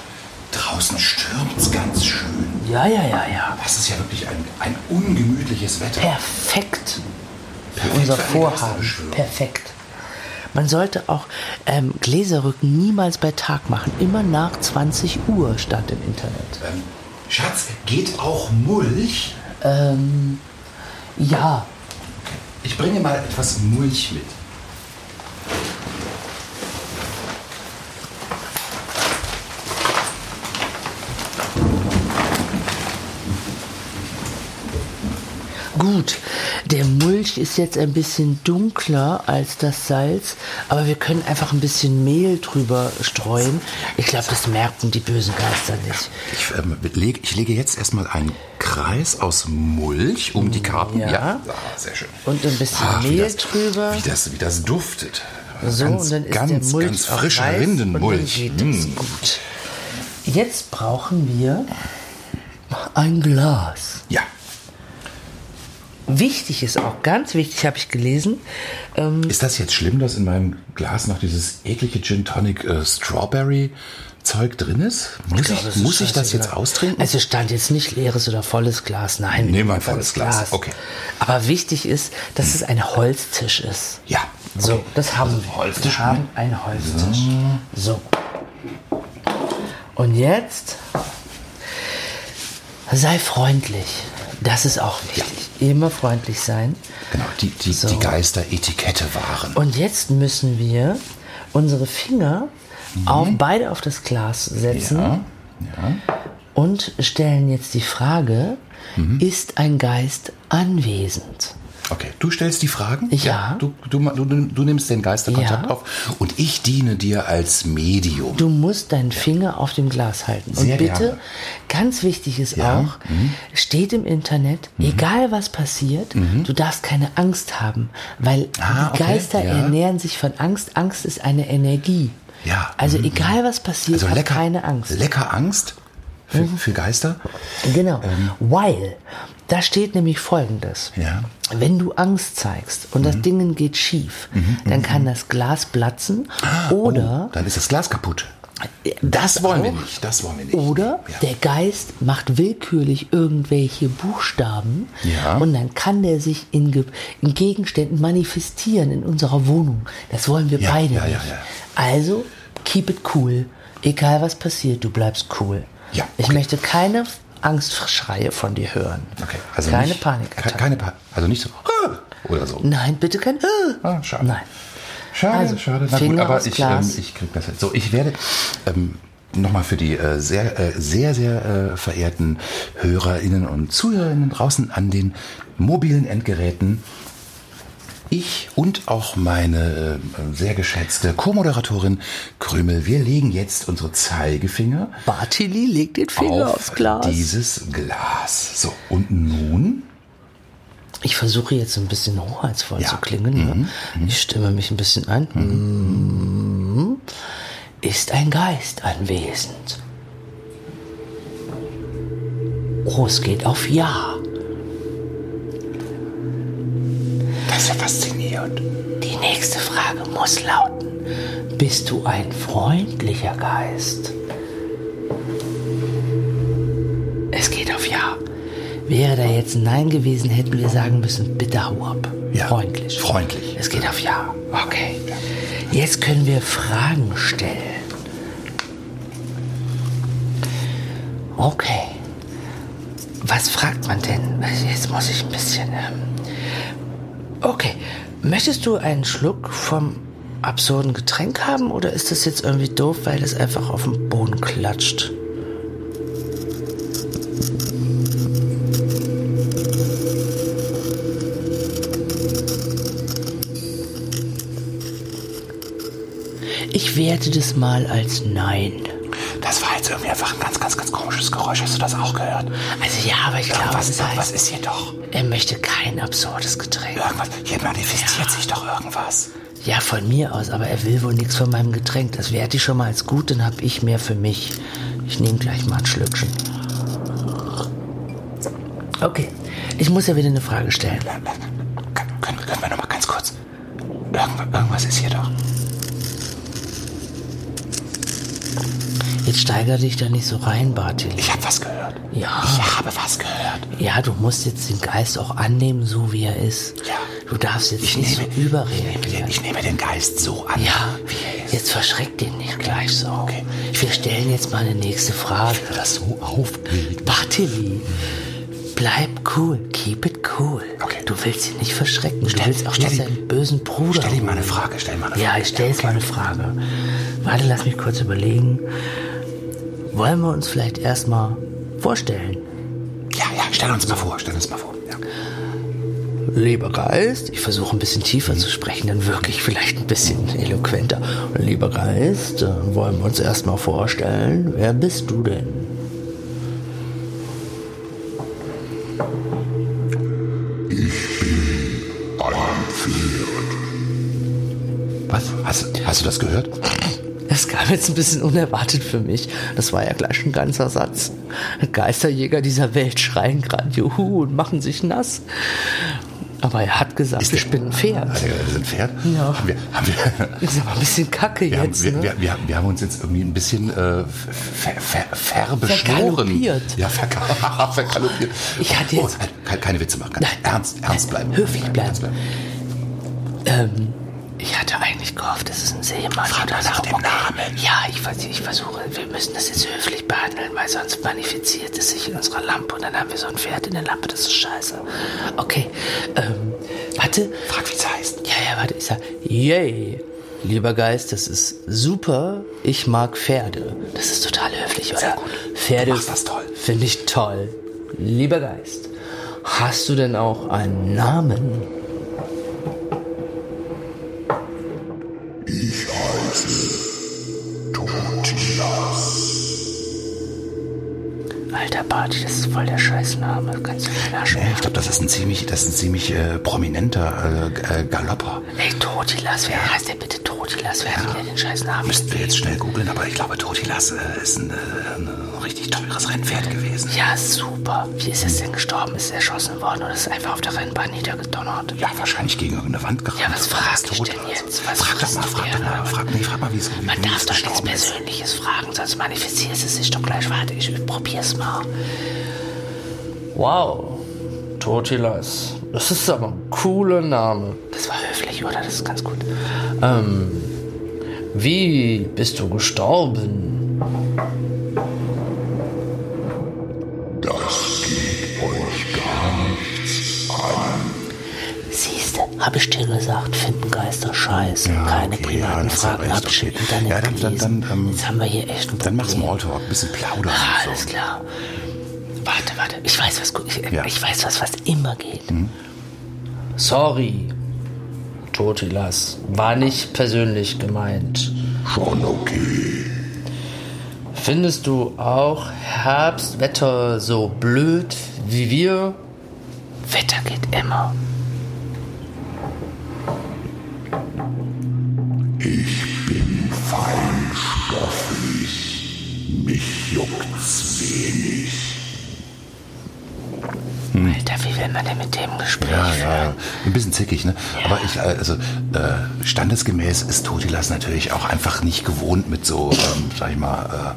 [SPEAKER 2] draußen stürmt es ganz schön.
[SPEAKER 3] ja, ja, ja, ja.
[SPEAKER 2] Das ist ja wirklich ein, ein ungemütliches Wetter.
[SPEAKER 3] Perfekt.
[SPEAKER 2] Perfekt
[SPEAKER 3] unser
[SPEAKER 2] für eine
[SPEAKER 3] Vorhaben.
[SPEAKER 2] Geisterbeschwörung.
[SPEAKER 3] Perfekt. Man sollte auch ähm, Gläserrücken niemals bei Tag machen. Immer nach 20 Uhr stand im Internet.
[SPEAKER 2] Ähm, Schatz, geht auch Mulch?
[SPEAKER 3] Ähm, ja,
[SPEAKER 2] Ich bringe mal etwas Mulch mit.
[SPEAKER 3] gut. Der Mulch ist jetzt ein bisschen dunkler als das Salz, aber wir können einfach ein bisschen Mehl drüber streuen. Ich glaube, das merken die bösen Geister nicht.
[SPEAKER 2] Ich, ähm, leg, ich lege jetzt erstmal einen Kreis aus Mulch um die Karten.
[SPEAKER 3] Ja.
[SPEAKER 2] Ah, sehr schön.
[SPEAKER 3] Und ein bisschen
[SPEAKER 2] wie
[SPEAKER 3] Mehl
[SPEAKER 2] das-
[SPEAKER 3] drüber.
[SPEAKER 2] Wie das, wie das duftet.
[SPEAKER 3] So, und dann ist
[SPEAKER 2] ganz,
[SPEAKER 3] der Mulch
[SPEAKER 2] ganz
[SPEAKER 3] auch
[SPEAKER 2] frischer
[SPEAKER 3] reif
[SPEAKER 2] Rindenmulch.
[SPEAKER 3] Und dann geht das
[SPEAKER 2] Mm.
[SPEAKER 3] gut. Jetzt brauchen wir ein Glas.
[SPEAKER 2] Ja.
[SPEAKER 3] Wichtig ist auch, ganz wichtig habe ich gelesen, ähm,
[SPEAKER 2] Ist das jetzt schlimm, dass in meinem Glas noch dieses eklige Gin Tonic äh, Strawberry Zeug drin ist? Muss ich,
[SPEAKER 3] glaube, es ist
[SPEAKER 2] muss ich das
[SPEAKER 3] scheißegal.
[SPEAKER 2] jetzt austrinken?
[SPEAKER 3] Also stand jetzt nicht leeres oder volles Glas, nein.
[SPEAKER 2] Nehmen wir ein
[SPEAKER 3] ganz
[SPEAKER 2] volles Glas, okay.
[SPEAKER 3] Aber wichtig ist, dass es ein Holztisch ist.
[SPEAKER 2] ja.
[SPEAKER 3] So, das haben wir.
[SPEAKER 2] Holztisch,
[SPEAKER 3] wir haben einen Holztisch. So. Und jetzt sei freundlich. Das ist auch wichtig. Immer freundlich sein.
[SPEAKER 2] Genau, die, die,
[SPEAKER 3] So.
[SPEAKER 2] die Geisteretikette waren.
[SPEAKER 3] Und jetzt müssen wir unsere Finger auf beide auf das Glas setzen und stellen jetzt die Frage, ist ein Geist anwesend?
[SPEAKER 2] Okay, du stellst die Fragen.
[SPEAKER 3] Ja.
[SPEAKER 2] Du, du, ma- du, du nimmst den Geisterkontakt
[SPEAKER 3] Ja.
[SPEAKER 2] auf und ich diene dir als Medium.
[SPEAKER 3] Du musst deinen Finger auf dem Glas halten.
[SPEAKER 2] Sehr
[SPEAKER 3] und bitte,
[SPEAKER 2] gerne.
[SPEAKER 3] ganz wichtig ist
[SPEAKER 2] Ja, mhm.
[SPEAKER 3] auch, steht im Internet, egal was passiert, du darfst keine Angst haben, weil
[SPEAKER 2] Mhm. Ah,
[SPEAKER 3] die
[SPEAKER 2] okay,
[SPEAKER 3] Geister
[SPEAKER 2] ja.
[SPEAKER 3] ernähren sich von Angst. Angst ist eine Energie.
[SPEAKER 2] Ja,
[SPEAKER 3] Also
[SPEAKER 2] mhm,
[SPEAKER 3] egal was passiert, hab keine Angst. Mhm.
[SPEAKER 2] Lecker Angst für, für Geister.
[SPEAKER 3] Genau. Weil, da steht nämlich folgendes.
[SPEAKER 2] Ähm. Ja. Mhm.
[SPEAKER 3] Wenn du Angst zeigst und das Ding geht schief, dann kann das Glas platzen oder,
[SPEAKER 2] Dann ist das Glas kaputt.
[SPEAKER 3] das
[SPEAKER 2] Ah, oh. Das wollen wir
[SPEAKER 3] auch.
[SPEAKER 2] nicht. Das wollen wir nicht.
[SPEAKER 3] oder
[SPEAKER 2] Ja.
[SPEAKER 3] der Geist macht willkürlich irgendwelche Buchstaben
[SPEAKER 2] Ja.
[SPEAKER 3] und dann kann der sich in, Ge in Gegenständen manifestieren in unserer Wohnung. Das wollen wir
[SPEAKER 2] Ja,
[SPEAKER 3] beide
[SPEAKER 2] ja, ja,
[SPEAKER 3] nicht.
[SPEAKER 2] ja.
[SPEAKER 3] Also, keep it cool. Egal was passiert, du bleibst cool.
[SPEAKER 2] Ja,
[SPEAKER 3] Ich
[SPEAKER 2] okay.
[SPEAKER 3] möchte keine Angstschreie von dir hören.
[SPEAKER 2] Okay, also
[SPEAKER 3] keine
[SPEAKER 2] nicht,
[SPEAKER 3] Panikattacke.
[SPEAKER 2] ke- Keine pa also nicht so "Ah!" oder so.
[SPEAKER 3] Nein, bitte kein.
[SPEAKER 2] Ah, schade.
[SPEAKER 3] Nein.
[SPEAKER 2] Schade,
[SPEAKER 3] Also,
[SPEAKER 2] schade. Na gut,
[SPEAKER 3] Finger
[SPEAKER 2] aber
[SPEAKER 3] aufs
[SPEAKER 2] ich, ähm,
[SPEAKER 3] Glas.
[SPEAKER 2] ich krieg das jetzt. So, ich werde ähm, nochmal für die äh, sehr, äh, sehr, sehr äh, verehrten HörerInnen und ZuhörerInnen draußen an den mobilen Endgeräten Ich und auch meine äh, sehr geschätzte Co-Moderatorin Krümel, wir legen jetzt unsere Zeigefinger
[SPEAKER 3] Bartili legt den Finger
[SPEAKER 2] auf
[SPEAKER 3] aufs Glas.
[SPEAKER 2] dieses Glas. So, und nun?
[SPEAKER 3] Ich versuche jetzt ein bisschen hoheitsvoll zu klingen. Ne? Ich stimme mich ein bisschen ein. Mm. Ist ein Geist anwesend? Oh, es geht auf Ja.
[SPEAKER 2] Das ist ja faszinierend.
[SPEAKER 3] Die nächste Frage muss lauten, bist du ein freundlicher Geist? Es geht auf Ja. Wäre da jetzt ein Nein gewesen, hätten wir sagen müssen, bitte hau ab.
[SPEAKER 2] Ja,
[SPEAKER 3] Freundlich.
[SPEAKER 2] freundlich.
[SPEAKER 3] Es geht auf Ja. Okay. Jetzt können wir Fragen stellen. Okay. Was fragt man denn? Jetzt muss ich ein bisschen. Ähm Okay. Möchtest du einen Schluck vom absurden Getränk haben oder ist das jetzt irgendwie doof, weil das einfach auf den Boden klatscht? Ich werte das mal als Nein.
[SPEAKER 2] Das war jetzt irgendwie einfach ein ganz, ganz, ganz komisches Geräusch. Hast du das auch gehört?
[SPEAKER 3] Also ja, aber ich glaube,
[SPEAKER 2] Irgendwas,
[SPEAKER 3] das
[SPEAKER 2] irgendwas
[SPEAKER 3] heißt,
[SPEAKER 2] ist hier doch.
[SPEAKER 3] er möchte kein absurdes Getränk.
[SPEAKER 2] Irgendwas. Hier manifestiert sich doch irgendwas.
[SPEAKER 3] Ja, von mir aus, aber er will wohl nichts von meinem Getränk. Das werte ich schon mal als gut, dann hab ich mehr für mich. Ich nehme gleich mal ein Schlückchen. Okay, ich muss ja wieder eine Frage stellen.
[SPEAKER 2] Können, können wir noch mal ganz kurz? Irgendwas, irgendwas ist hier doch.
[SPEAKER 3] Jetzt steigere dich da nicht so rein, Bartil.
[SPEAKER 2] Ich habe was gehört.
[SPEAKER 3] Ja.
[SPEAKER 2] Ich habe was gehört.
[SPEAKER 3] Ja, du musst jetzt den Geist auch annehmen, so wie er ist.
[SPEAKER 2] Ja.
[SPEAKER 3] Du darfst jetzt nicht
[SPEAKER 2] nehme-
[SPEAKER 3] so überreden.
[SPEAKER 2] Ich, ich nehme den Geist so an,
[SPEAKER 3] Ja,
[SPEAKER 2] wie er ist.
[SPEAKER 3] jetzt verschreck den nicht gleich so.
[SPEAKER 2] Okay.
[SPEAKER 3] Wir stellen jetzt mal eine nächste Frage.
[SPEAKER 2] Das so aufregend.
[SPEAKER 3] Bartili, bleib cool, keep it cool.
[SPEAKER 2] Okay.
[SPEAKER 3] Du willst ihn nicht verschrecken, du
[SPEAKER 2] Stell-
[SPEAKER 3] willst auch
[SPEAKER 2] stell
[SPEAKER 3] nicht
[SPEAKER 2] ihm-
[SPEAKER 3] seinen bösen Bruder.
[SPEAKER 2] Stell ihm mal eine
[SPEAKER 3] holen.
[SPEAKER 2] Frage, stell ihm mal eine
[SPEAKER 3] Ja,
[SPEAKER 2] Frage.
[SPEAKER 3] ich stelle jetzt mal eine Frage. Warte, lass mich kurz überlegen. Wollen wir uns vielleicht erstmal vorstellen?
[SPEAKER 2] Ja, ja, stell uns mal vor, stell uns mal vor. Ja.
[SPEAKER 3] Lieber Geist, ich versuche ein bisschen tiefer zu sprechen, dann wirke ich vielleicht ein bisschen eloquenter. Lieber Geist, äh, wollen wir uns erstmal vorstellen, wer bist du denn?
[SPEAKER 2] Was? Hast, hast du das gehört?
[SPEAKER 3] Das kam jetzt ein bisschen unerwartet für mich. Das war ja gleich ein ganzer Satz. Geisterjäger dieser Welt schreien gerade Juhu und machen sich nass. Aber er hat gesagt, ich bin ein Pferd.
[SPEAKER 2] Also, wir sind Pferd?
[SPEAKER 3] Ja.
[SPEAKER 2] Haben wir, haben wir,
[SPEAKER 3] Das ist aber ein bisschen kacke
[SPEAKER 2] wir, haben,
[SPEAKER 3] jetzt.
[SPEAKER 2] wir,
[SPEAKER 3] ne?
[SPEAKER 2] wir, wir, wir haben uns jetzt irgendwie ein bisschen äh, ver, ver, verbeschworen.
[SPEAKER 3] Vergaloppiert.
[SPEAKER 2] Ja, verka- vergaloppiert.
[SPEAKER 3] Ich hatte jetzt-
[SPEAKER 2] Oh, ke- keine Witze machen.
[SPEAKER 3] Nein.
[SPEAKER 2] Ernst, ernst bleiben.
[SPEAKER 3] Höflich bleiben.
[SPEAKER 2] Ernst
[SPEAKER 3] Ähm, ich hatte eigentlich gehofft, es ist ein Seemann. Frag
[SPEAKER 2] mal nach dem Namen.
[SPEAKER 3] Ja, ich, vers- ich versuche, wir müssen das jetzt höflich behandeln, weil sonst manifiziert es sich in unserer Lampe und dann haben wir so ein Pferd in der Lampe, das ist scheiße. Okay, ähm, warte.
[SPEAKER 2] Frag, wie es heißt.
[SPEAKER 3] Ja, ja, warte, ich sag, yay. Lieber Geist, das ist super. Ich mag Pferde. Das ist total höflich, oder? Pferde
[SPEAKER 2] Du machst das toll.
[SPEAKER 3] finde ich toll. Lieber Geist, hast du denn auch einen Namen? Alter Barty, das ist voll der Scheißname. Kannst du mir
[SPEAKER 2] Nee, ich glaube, das ist ein ziemlich, das ist ein ziemlich äh, prominenter äh, äh, Galopper.
[SPEAKER 3] Ey, Totilas, wer heißt denn bitte Totilas? Wer hat denn den Scheißnamen?
[SPEAKER 2] Müssten wir jetzt schnell googeln, aber ich glaube, Totilas äh, ist ein, äh, ein richtig teures Rennpferd gewesen.
[SPEAKER 3] Ja, super. Wie ist es
[SPEAKER 2] Hm.
[SPEAKER 3] denn gestorben? Ist es erschossen worden oder ist es einfach auf der Rennbahn niedergedonnert?
[SPEAKER 2] Ja, wahrscheinlich gegen irgendeine Wand gerannt.
[SPEAKER 3] Ja, was
[SPEAKER 2] oder
[SPEAKER 3] frag
[SPEAKER 2] ist
[SPEAKER 3] ich
[SPEAKER 2] tot
[SPEAKER 3] denn
[SPEAKER 2] oder so.
[SPEAKER 3] jetzt? Was
[SPEAKER 2] frag doch
[SPEAKER 3] fragst
[SPEAKER 2] mal,
[SPEAKER 3] du
[SPEAKER 2] frag
[SPEAKER 3] mir?
[SPEAKER 2] doch mal, frag, nee, frag mal, wie es wie
[SPEAKER 3] Man
[SPEAKER 2] wie
[SPEAKER 3] darf
[SPEAKER 2] es
[SPEAKER 3] doch nichts
[SPEAKER 2] gestorben ist.
[SPEAKER 3] Persönliches fragen, sonst manifestierst es sich doch gleich. Warte, ich probier's mal. Wow, Totilas. Das ist aber ein cooler Name. Das war höflich, oder? Das ist ganz gut. Ähm, wie bist du gestorben? Siehste, hab ich dir gesagt, finden Geister Scheiß.
[SPEAKER 2] Ja,
[SPEAKER 3] Keine
[SPEAKER 2] okay, ja,
[SPEAKER 3] privaten
[SPEAKER 2] das
[SPEAKER 3] Fragen,
[SPEAKER 2] aber echt
[SPEAKER 3] hab ich im
[SPEAKER 2] okay.
[SPEAKER 3] Internet
[SPEAKER 2] Ja, dann- dann-
[SPEAKER 3] gelesen.
[SPEAKER 2] dann, ähm,
[SPEAKER 3] Jetzt haben wir hier echt ein
[SPEAKER 2] Dann mach
[SPEAKER 3] Problem.
[SPEAKER 2] Smalltalk, ein bisschen plaudern.
[SPEAKER 3] Ah,
[SPEAKER 2] und
[SPEAKER 3] alles
[SPEAKER 2] so.
[SPEAKER 3] klar. Warte, warte. Ich weiß was, gut- ich,
[SPEAKER 2] Ja.
[SPEAKER 3] ich weiß was, was immer geht. Sorry. Totilas. War nicht persönlich gemeint.
[SPEAKER 2] Schon okay.
[SPEAKER 3] Findest du auch Herbstwetter so blöd wie wir? Wetter geht immer.
[SPEAKER 4] Ich bin feinstofflich. Mich juckt's wenig.
[SPEAKER 3] Alter, wie will man denn mit dem Gespräch
[SPEAKER 2] Hm. Ja,
[SPEAKER 3] führen?
[SPEAKER 2] ja, ja. Ein bisschen zickig, ne? Aber ich, äh, also, äh, standesgemäß ist Totilas natürlich auch einfach nicht gewohnt mit so, ähm, sag ich mal, äh,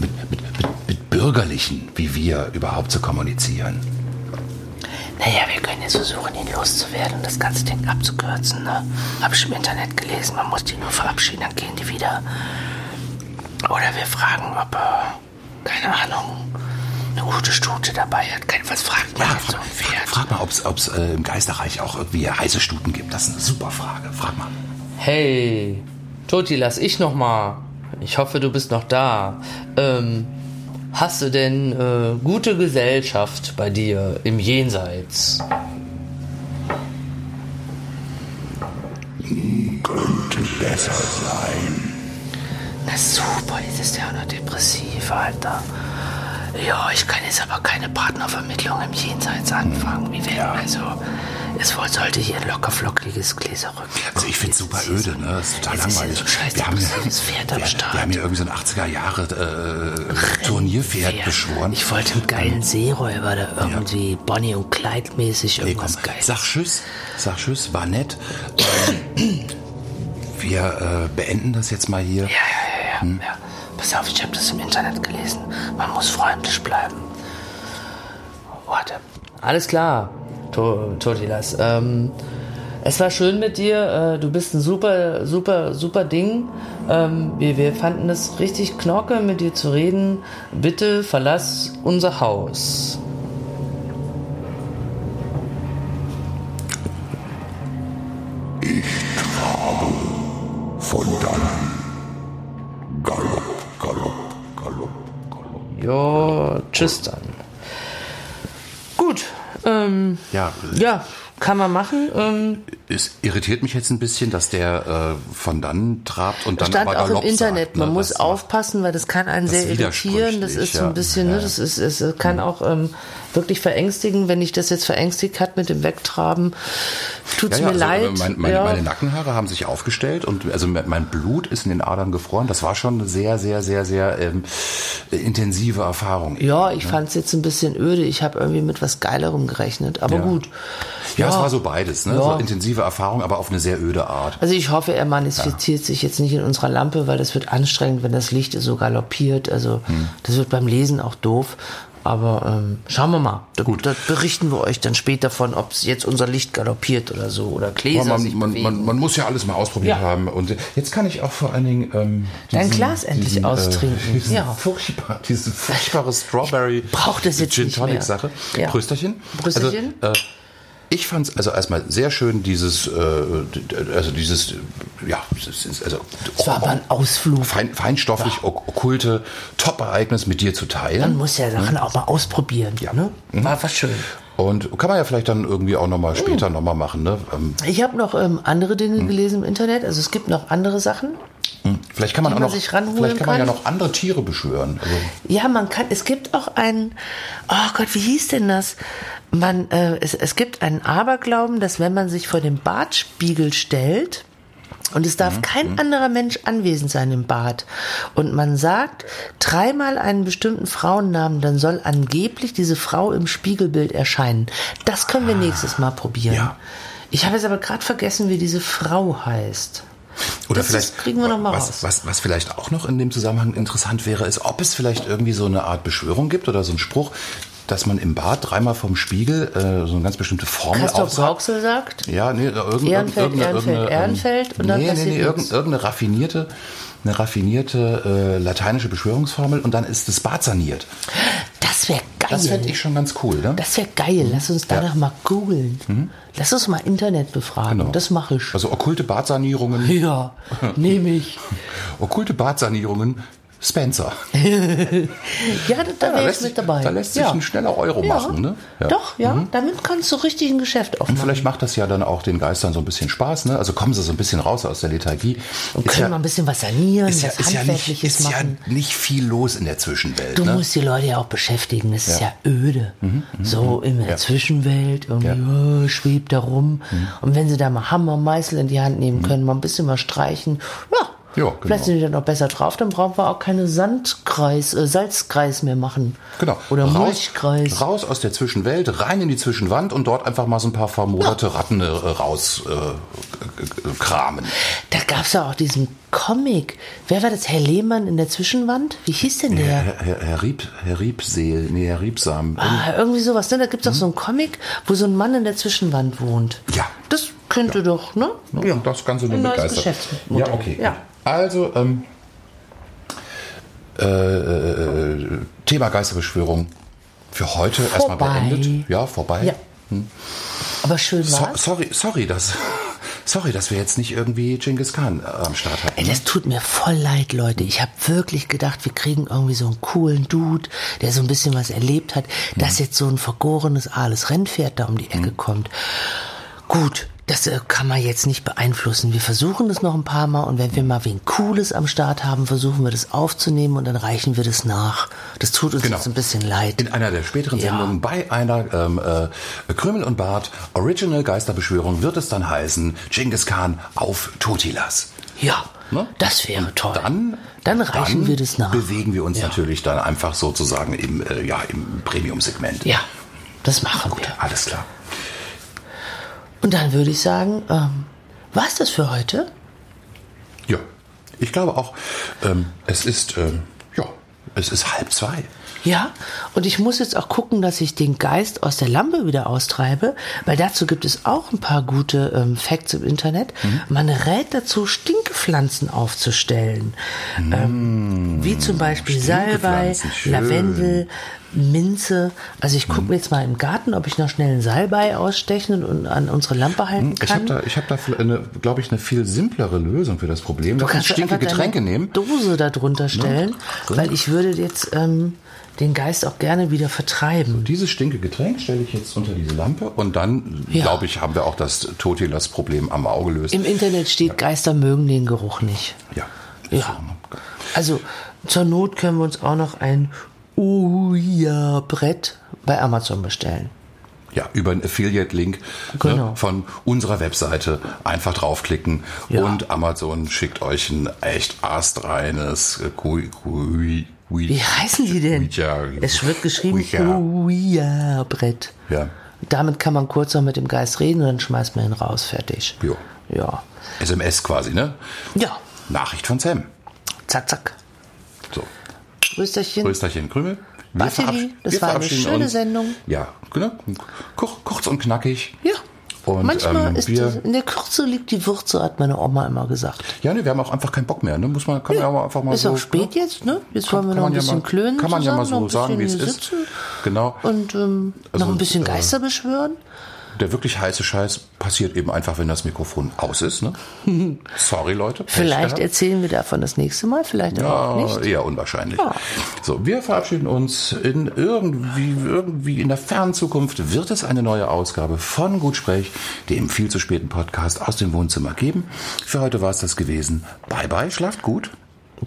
[SPEAKER 2] mit, mit, mit, mit Bürgerlichen wie wir überhaupt zu kommunizieren.
[SPEAKER 3] Naja, wir können jetzt versuchen, ihn loszuwerden und das ganze Ding abzukürzen. Ne? Hab ich im Internet gelesen, man muss die nur verabschieden, dann gehen die wieder. Oder wir fragen, ob, äh, keine Ahnung, eine gute Stute dabei hat. Kein, was fragt man
[SPEAKER 2] Ja,
[SPEAKER 3] denn so
[SPEAKER 2] frag,
[SPEAKER 3] ein
[SPEAKER 2] frag,
[SPEAKER 3] Pferd?
[SPEAKER 2] Also, frag mal, ob es äh, im Geisterreich auch irgendwie heiße Stuten gibt. Das ist eine super Frage. Frag mal.
[SPEAKER 5] Hey, Toti, lass ich noch mal. Ich hoffe, du bist noch da. Ähm, hast du denn äh, gute Gesellschaft bei dir im Jenseits?
[SPEAKER 4] Könnte besser sein.
[SPEAKER 3] Na super, jetzt ist der auch noch depressiv, Alter. Ja, ich kann jetzt aber keine Partnervermittlung im Jenseits anfangen. Wie wäre also, es wohl sollte hier ein locker flockiges Gläserrücken.
[SPEAKER 2] Also ich finde es super öde, ne? Das ist total
[SPEAKER 3] Jetzt ist hier
[SPEAKER 2] langweilig.
[SPEAKER 3] so ein scheiß
[SPEAKER 2] wir, haben hier,
[SPEAKER 3] depressives Pferd am
[SPEAKER 2] wir,
[SPEAKER 3] Start.
[SPEAKER 2] wir haben hier irgendwie so ein 80er Jahre äh, Turnierpferd beschworen.
[SPEAKER 3] Ich wollte einen geilen Seeräuber da irgendwie Bonnie und Clyde mäßig
[SPEAKER 2] Nee, komm,
[SPEAKER 3] irgendwas geiles.
[SPEAKER 2] sag Tschüss, sag Tschüss, war nett. Ähm, Wir äh, beenden das jetzt mal hier.
[SPEAKER 3] Ja, ja, ja, ja,
[SPEAKER 2] Hm?
[SPEAKER 3] ja. Pass auf, ich habe das im Internet gelesen. Man muss freundlich bleiben. Warte.
[SPEAKER 5] Alles klar, to Totilas. Ähm, es war schön mit dir. Äh, du bist ein super, super, super Ding. Ähm, wir, wir fanden es richtig knorke, mit dir zu reden. Bitte verlass unser Haus.
[SPEAKER 4] Von dann. Galopp, galopp, galopp, galopp.
[SPEAKER 5] Jo, tschüss dann. Gut, ähm,
[SPEAKER 2] Ja, äh,
[SPEAKER 5] ja, kann man machen. Ähm,
[SPEAKER 2] es irritiert mich jetzt ein bisschen, dass der äh, von dann trabt und dann
[SPEAKER 5] stand
[SPEAKER 2] aber
[SPEAKER 5] auch im
[SPEAKER 2] Galopp
[SPEAKER 5] Internet,
[SPEAKER 2] sagt, ne?
[SPEAKER 5] man muss
[SPEAKER 2] Das-
[SPEAKER 5] aufpassen, weil das kann einen
[SPEAKER 2] Das
[SPEAKER 5] sehr irritieren. Das
[SPEAKER 2] widersprüchlich,
[SPEAKER 5] ist so
[SPEAKER 2] ja.
[SPEAKER 5] ein bisschen,
[SPEAKER 2] Ja, Hm.
[SPEAKER 5] ne,
[SPEAKER 2] ja.
[SPEAKER 5] das ist, es kann auch ähm, wirklich verängstigen, wenn ich das jetzt verängstigt hat mit dem Wegtraben. Tut's
[SPEAKER 2] Ja, ja, also,
[SPEAKER 5] mir
[SPEAKER 2] äh,
[SPEAKER 5] leid.
[SPEAKER 2] Mein, meine,
[SPEAKER 5] ja.
[SPEAKER 2] meine Nackenhaare haben sich aufgestellt und also me- mein Blut ist in den Adern gefroren. Das war schon eine sehr, sehr, sehr, sehr ähm, intensive Erfahrung.
[SPEAKER 5] ja, ich fand's jetzt ein bisschen öde. Ich habe irgendwie mit was Geilerem gerechnet. Aber
[SPEAKER 2] Ja.
[SPEAKER 5] gut.
[SPEAKER 2] Ja, es war so beides, ne? So
[SPEAKER 5] Ja.
[SPEAKER 2] intensive Erfahrung, aber auf eine sehr öde Art.
[SPEAKER 5] Also ich hoffe, er manifestiert sich jetzt nicht in unserer Lampe, weil das wird anstrengend, wenn das Licht so galoppiert. Also
[SPEAKER 2] Hm.
[SPEAKER 5] das wird beim Lesen auch doof. Aber ähm, schauen wir mal. Da, Gut. da berichten wir euch dann später von, ob jetzt unser Licht galoppiert oder so oder Gläser
[SPEAKER 2] Aber man,
[SPEAKER 5] sich
[SPEAKER 2] man,
[SPEAKER 5] bewegen.
[SPEAKER 2] man, man muss ja alles mal ausprobiert
[SPEAKER 5] Ja.
[SPEAKER 2] haben. Und jetzt kann ich auch vor allen Dingen. Ähm,
[SPEAKER 5] Dein Glas endlich
[SPEAKER 2] äh,
[SPEAKER 5] austrinken.
[SPEAKER 2] diesen
[SPEAKER 5] Ja.
[SPEAKER 2] Furchtbar, diese furchtbare Strawberry
[SPEAKER 5] brauch das jetzt
[SPEAKER 2] Gin
[SPEAKER 5] nicht
[SPEAKER 2] Tonic
[SPEAKER 5] mehr.
[SPEAKER 2] Sache.
[SPEAKER 5] Ja.
[SPEAKER 2] Prösterchen.
[SPEAKER 5] Prösterchen.
[SPEAKER 2] Also, äh, ich fand es also erstmal sehr schön, dieses, äh, d- d- also dieses, äh, ja, es ist- also
[SPEAKER 5] Es war aber ein Ausflug.
[SPEAKER 2] fein, feinstofflich ok- okkulte Top-Ereignis mit dir zu
[SPEAKER 5] Man
[SPEAKER 2] teilen.
[SPEAKER 5] muss ja Sachen auch mal ausprobieren. Ja. Ne?
[SPEAKER 2] Hm.
[SPEAKER 5] War, war schön.
[SPEAKER 2] Und kann man ja vielleicht dann irgendwie auch nochmal später noch nochmal machen. Ne? Ähm,
[SPEAKER 5] Ich habe noch ähm, andere
[SPEAKER 2] Hm.
[SPEAKER 5] Dinge gelesen im Internet. Also es gibt noch andere Sachen.
[SPEAKER 2] vielleicht kann man,
[SPEAKER 5] Die
[SPEAKER 2] auch
[SPEAKER 5] man
[SPEAKER 2] noch,
[SPEAKER 5] sich ranholen
[SPEAKER 2] vielleicht kann man ja
[SPEAKER 5] kann.
[SPEAKER 2] noch andere Tiere beschwören. Also,
[SPEAKER 5] Ja, man kann, es gibt auch einen, oh Gott, wie hieß denn das? Man, äh, es, es gibt einen Aberglauben, dass wenn man sich vor den Badspiegel stellt, und es darf kein anderer Mensch anwesend sein im Bad. Und man sagt dreimal einen bestimmten Frauennamen, dann soll angeblich diese Frau im Spiegelbild erscheinen. Das können wir nächstes Mal probieren.
[SPEAKER 2] Ja.
[SPEAKER 5] Ich habe jetzt aber gerade vergessen, wie diese Frau heißt.
[SPEAKER 2] Oder
[SPEAKER 5] Das
[SPEAKER 2] vielleicht
[SPEAKER 5] kriegen wir noch mal
[SPEAKER 2] was,
[SPEAKER 5] raus.
[SPEAKER 2] Was, was vielleicht auch noch in dem Zusammenhang interessant wäre, ist, ob es vielleicht irgendwie so eine Art Beschwörung gibt oder so einen Spruch, dass man im Bad dreimal vom Spiegel äh, so eine ganz bestimmte Formel
[SPEAKER 5] Castor
[SPEAKER 2] aufsagt.
[SPEAKER 5] Brauxel sagt.
[SPEAKER 2] Ja, nee, irgend,
[SPEAKER 5] Ehrenfeld,
[SPEAKER 2] irgendeine,
[SPEAKER 5] Ehrenfeld,
[SPEAKER 2] irgendeine, ähm,
[SPEAKER 5] Ehrenfeld und dann
[SPEAKER 2] nee, nee,
[SPEAKER 5] passiert
[SPEAKER 2] nee, irgend,
[SPEAKER 5] nichts.
[SPEAKER 2] irgendeine raffinierte, eine raffinierte äh, lateinische Beschwörungsformel und dann ist das Bad saniert.
[SPEAKER 5] Das wäre geil.
[SPEAKER 2] Das fände ich schon ganz cool, ne?
[SPEAKER 5] Das wäre geil. Lass uns danach mal googeln. Lass uns mal Internet befragen.
[SPEAKER 2] Mhm. Genau.
[SPEAKER 5] Das mache ich.
[SPEAKER 2] Also okkulte Badsanierungen,
[SPEAKER 5] ja, nehme ich.
[SPEAKER 2] okkulte Badsanierungen Spencer.
[SPEAKER 3] Ja, da, da
[SPEAKER 2] Ja,
[SPEAKER 3] wäre ich
[SPEAKER 2] lässt sich-
[SPEAKER 3] mit dabei.
[SPEAKER 2] Da lässt sich
[SPEAKER 3] ja.
[SPEAKER 2] ein schneller Euro
[SPEAKER 3] ja.
[SPEAKER 2] machen, ne?
[SPEAKER 3] Doch, ja. Damit kannst du richtig ein Geschäft
[SPEAKER 2] Und
[SPEAKER 3] aufmachen.
[SPEAKER 2] vielleicht macht das ja dann auch den Geistern so ein bisschen Spaß, ne? Also kommen sie so ein bisschen raus aus der Lethargie.
[SPEAKER 3] Und können mal ein bisschen was sanieren,
[SPEAKER 2] ist ja,
[SPEAKER 3] was
[SPEAKER 2] ist ja, nicht,
[SPEAKER 3] Handwerkliches
[SPEAKER 2] ist ja
[SPEAKER 3] machen.
[SPEAKER 2] nicht viel los in der Zwischenwelt.
[SPEAKER 3] Du
[SPEAKER 2] ne?
[SPEAKER 3] musst die Leute ja auch beschäftigen, das ist
[SPEAKER 2] Ja.
[SPEAKER 3] ja
[SPEAKER 2] Mhm,
[SPEAKER 3] öde. So in der Zwischenwelt, irgendwie oh, schwebt da rum.
[SPEAKER 2] Mhm.
[SPEAKER 3] Und wenn sie da mal Hammer, Meißel in die Hand nehmen können, mal ein bisschen mal streichen, ja,
[SPEAKER 2] Ja, genau.
[SPEAKER 3] vielleicht sind die dann auch besser drauf, dann brauchen wir auch keine Sandkreis, äh, Salzkreis mehr machen.
[SPEAKER 2] Genau.
[SPEAKER 3] Oder
[SPEAKER 2] raus,
[SPEAKER 3] Mulchkreis.
[SPEAKER 2] raus aus der Zwischenwelt, rein in die Zwischenwand und dort einfach mal so ein paar vermoderte Ratten äh, raus äh, äh, kramen.
[SPEAKER 3] Da gab es ja auch diesen Comic. Wer war das? Herr Lehmann in der Zwischenwand? Wie hieß denn der?
[SPEAKER 2] Herr, Herr, Herr, Rieb, Herr Riebseel, nee, Herr Riebsam.
[SPEAKER 3] Ah, irgendwie sowas, ne? Da gibt es auch so einen Comic, wo so ein Mann in der Zwischenwand wohnt.
[SPEAKER 2] Mhm. Ja.
[SPEAKER 3] Das könnte doch, ne?
[SPEAKER 2] Ne? Und Das Ganze nur
[SPEAKER 3] Ein neues
[SPEAKER 2] begeistert.
[SPEAKER 3] Geschäftsmodell.
[SPEAKER 2] Ja, okay.
[SPEAKER 3] Ja.
[SPEAKER 2] Also, ähm, äh, äh, Thema Geisterbeschwörung für heute erstmal
[SPEAKER 3] Vorbei.
[SPEAKER 2] beendet. Ja, vorbei.
[SPEAKER 3] Ja. Aber schön
[SPEAKER 2] So,
[SPEAKER 3] war's.
[SPEAKER 2] sorry, sorry, dass, sorry, dass wir jetzt nicht irgendwie Genghis Khan äh, am Start hatten. ne?
[SPEAKER 3] Ey, das tut mir voll leid, Leute. Ich habe wirklich gedacht, wir kriegen irgendwie so einen coolen Dude, der so ein bisschen was erlebt hat, dass
[SPEAKER 2] Mhm.
[SPEAKER 3] jetzt so ein vergorenes aales Rennpferd da um die Ecke kommt. Gut, das äh, kann man jetzt nicht beeinflussen. Wir versuchen es noch ein paar Mal und wenn wir mal wen Cooles am Start haben, versuchen wir das aufzunehmen und dann reichen wir das nach. Das tut uns
[SPEAKER 2] Genau.
[SPEAKER 3] jetzt ein bisschen leid.
[SPEAKER 2] In einer der späteren
[SPEAKER 3] Ja.
[SPEAKER 2] Sendungen bei einer ähm, äh, Krümel und Bart Original Geisterbeschwörung wird es dann heißen Genghis Khan auf Totilas.
[SPEAKER 3] ja,
[SPEAKER 2] Ne?
[SPEAKER 3] das wäre toll.
[SPEAKER 2] Dann,
[SPEAKER 3] dann reichen
[SPEAKER 2] dann
[SPEAKER 3] wir das nach.
[SPEAKER 2] Bewegen wir uns natürlich dann einfach sozusagen im, äh, ja, im Premium-Segment.
[SPEAKER 3] Ja, das machen wir.
[SPEAKER 2] Alles klar.
[SPEAKER 3] Und dann würde ich sagen, ähm, war's das für heute?
[SPEAKER 2] Ja. Ich glaube auch, ähm, es ist, ähm, ja, es ist halb zwei.
[SPEAKER 3] Ja, und ich muss jetzt auch gucken, dass ich den Geist aus der Lampe wieder austreibe, weil dazu gibt es auch ein paar gute ähm, Facts im Internet.
[SPEAKER 2] Mhm.
[SPEAKER 3] Man rät dazu, Stinkepflanzen aufzustellen. Ähm, wie zum Beispiel Salbei,
[SPEAKER 2] Mhm. Stinkepflanzen, schön. Mhm.
[SPEAKER 3] Lavendel, Minze. Also ich gucke mir jetzt mal im Garten, ob ich noch schnell einen Salbei ausstechen und an unsere Lampe halten
[SPEAKER 2] Mhm, Ich habe
[SPEAKER 3] kann.
[SPEAKER 2] da, ich hab da glaube ich, eine viel simplere Lösung für das Problem. Du
[SPEAKER 3] kannst du
[SPEAKER 2] stinke
[SPEAKER 3] einfach deine
[SPEAKER 2] Getränke nehmen. Ne?
[SPEAKER 3] Dose da drunter stellen,
[SPEAKER 2] Drin.
[SPEAKER 3] weil ich würde jetzt ähm, den Geist auch gerne wieder vertreiben.
[SPEAKER 2] Dieses stinke Getränk stelle ich jetzt unter diese Lampe und dann,
[SPEAKER 3] Ja.
[SPEAKER 2] glaube ich, haben wir auch das Totilas-Problem am Auge gelöst.
[SPEAKER 3] Im Internet steht, Geister mögen den Geruch nicht.
[SPEAKER 2] ja.
[SPEAKER 3] Ja. Also zur Not können wir uns auch noch ein Uja-Brett bei Amazon bestellen.
[SPEAKER 2] Ja, über einen Affiliate-Link
[SPEAKER 3] Genau.
[SPEAKER 2] ne, von unserer Webseite einfach draufklicken
[SPEAKER 3] Ja.
[SPEAKER 2] und Amazon schickt euch ein echt astreines äh, Kui, Kui, Kui,
[SPEAKER 3] Wie heißen die denn?
[SPEAKER 2] Uja.
[SPEAKER 3] es wird geschrieben
[SPEAKER 2] Uja.
[SPEAKER 3] Uja-Brett.
[SPEAKER 2] Ja.
[SPEAKER 3] Damit kann man kurz noch mit dem Geist reden und dann schmeißt man ihn raus. Fertig.
[SPEAKER 2] Jo.
[SPEAKER 3] Ja.
[SPEAKER 2] SMS quasi, ne?
[SPEAKER 3] Ja.
[SPEAKER 2] Nachricht von Sam.
[SPEAKER 3] Zack, zack.
[SPEAKER 2] So.
[SPEAKER 3] Brüsterchen.
[SPEAKER 2] Prösterchen Krümel. Wir
[SPEAKER 3] Barteli,
[SPEAKER 2] verabsch-
[SPEAKER 3] das
[SPEAKER 2] wir
[SPEAKER 3] war eine
[SPEAKER 2] verabschieden
[SPEAKER 3] schöne
[SPEAKER 2] uns.
[SPEAKER 3] Sendung.
[SPEAKER 2] Ja, genau. Kur kurz und knackig.
[SPEAKER 3] Ja.
[SPEAKER 2] Und
[SPEAKER 3] Manchmal
[SPEAKER 2] ähm,
[SPEAKER 3] ist
[SPEAKER 2] wir,
[SPEAKER 3] die, in der Kürze liegt die Würze, hat meine Oma immer gesagt.
[SPEAKER 2] ja, nee, wir haben auch einfach keinen Bock mehr. Ne? Muss man, kann man ja mal einfach mal
[SPEAKER 3] Ist
[SPEAKER 2] so.
[SPEAKER 3] auch spät
[SPEAKER 2] ne?
[SPEAKER 3] jetzt, ne? Jetzt
[SPEAKER 2] Kann-
[SPEAKER 3] wollen wir noch
[SPEAKER 2] kann
[SPEAKER 3] ein
[SPEAKER 2] man ja
[SPEAKER 3] bisschen
[SPEAKER 2] mal-
[SPEAKER 3] klönen.
[SPEAKER 2] Kann man ja mal
[SPEAKER 3] zusammen,
[SPEAKER 2] so
[SPEAKER 3] noch ein
[SPEAKER 2] sagen, wie es
[SPEAKER 3] bisschen hier
[SPEAKER 2] ist.
[SPEAKER 3] sitzen
[SPEAKER 2] Genau.
[SPEAKER 3] Und ähm,
[SPEAKER 2] Also,
[SPEAKER 3] noch ein bisschen
[SPEAKER 2] äh,
[SPEAKER 3] Geister beschwören.
[SPEAKER 2] Der wirklich heiße Scheiß passiert eben einfach, wenn das Mikrofon aus ist. Ne? Sorry, Leute. Pech
[SPEAKER 3] Vielleicht
[SPEAKER 2] gehabt.
[SPEAKER 3] erzählen wir davon das nächste Mal, vielleicht aber auch
[SPEAKER 2] Ja,
[SPEAKER 3] nicht.
[SPEAKER 2] eher unwahrscheinlich. So, wir verabschieden uns. In irgendwie, irgendwie in der fernen Zukunft wird es eine neue Ausgabe von Gutsprech, dem viel zu späten Podcast aus dem Wohnzimmer geben. Für heute war es das gewesen. Bye bye, schlaft gut,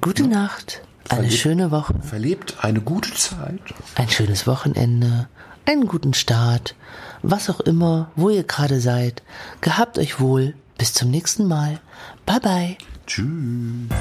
[SPEAKER 3] Gute Nacht, eine
[SPEAKER 2] Verliebt.
[SPEAKER 3] schöne Woche,
[SPEAKER 2] verlebt eine gute Zeit.
[SPEAKER 3] ein schönes Wochenende, einen guten Start, was auch immer, wo ihr gerade seid. Gehabt euch wohl. Bis zum nächsten Mal. Bye bye.
[SPEAKER 2] Tschüss.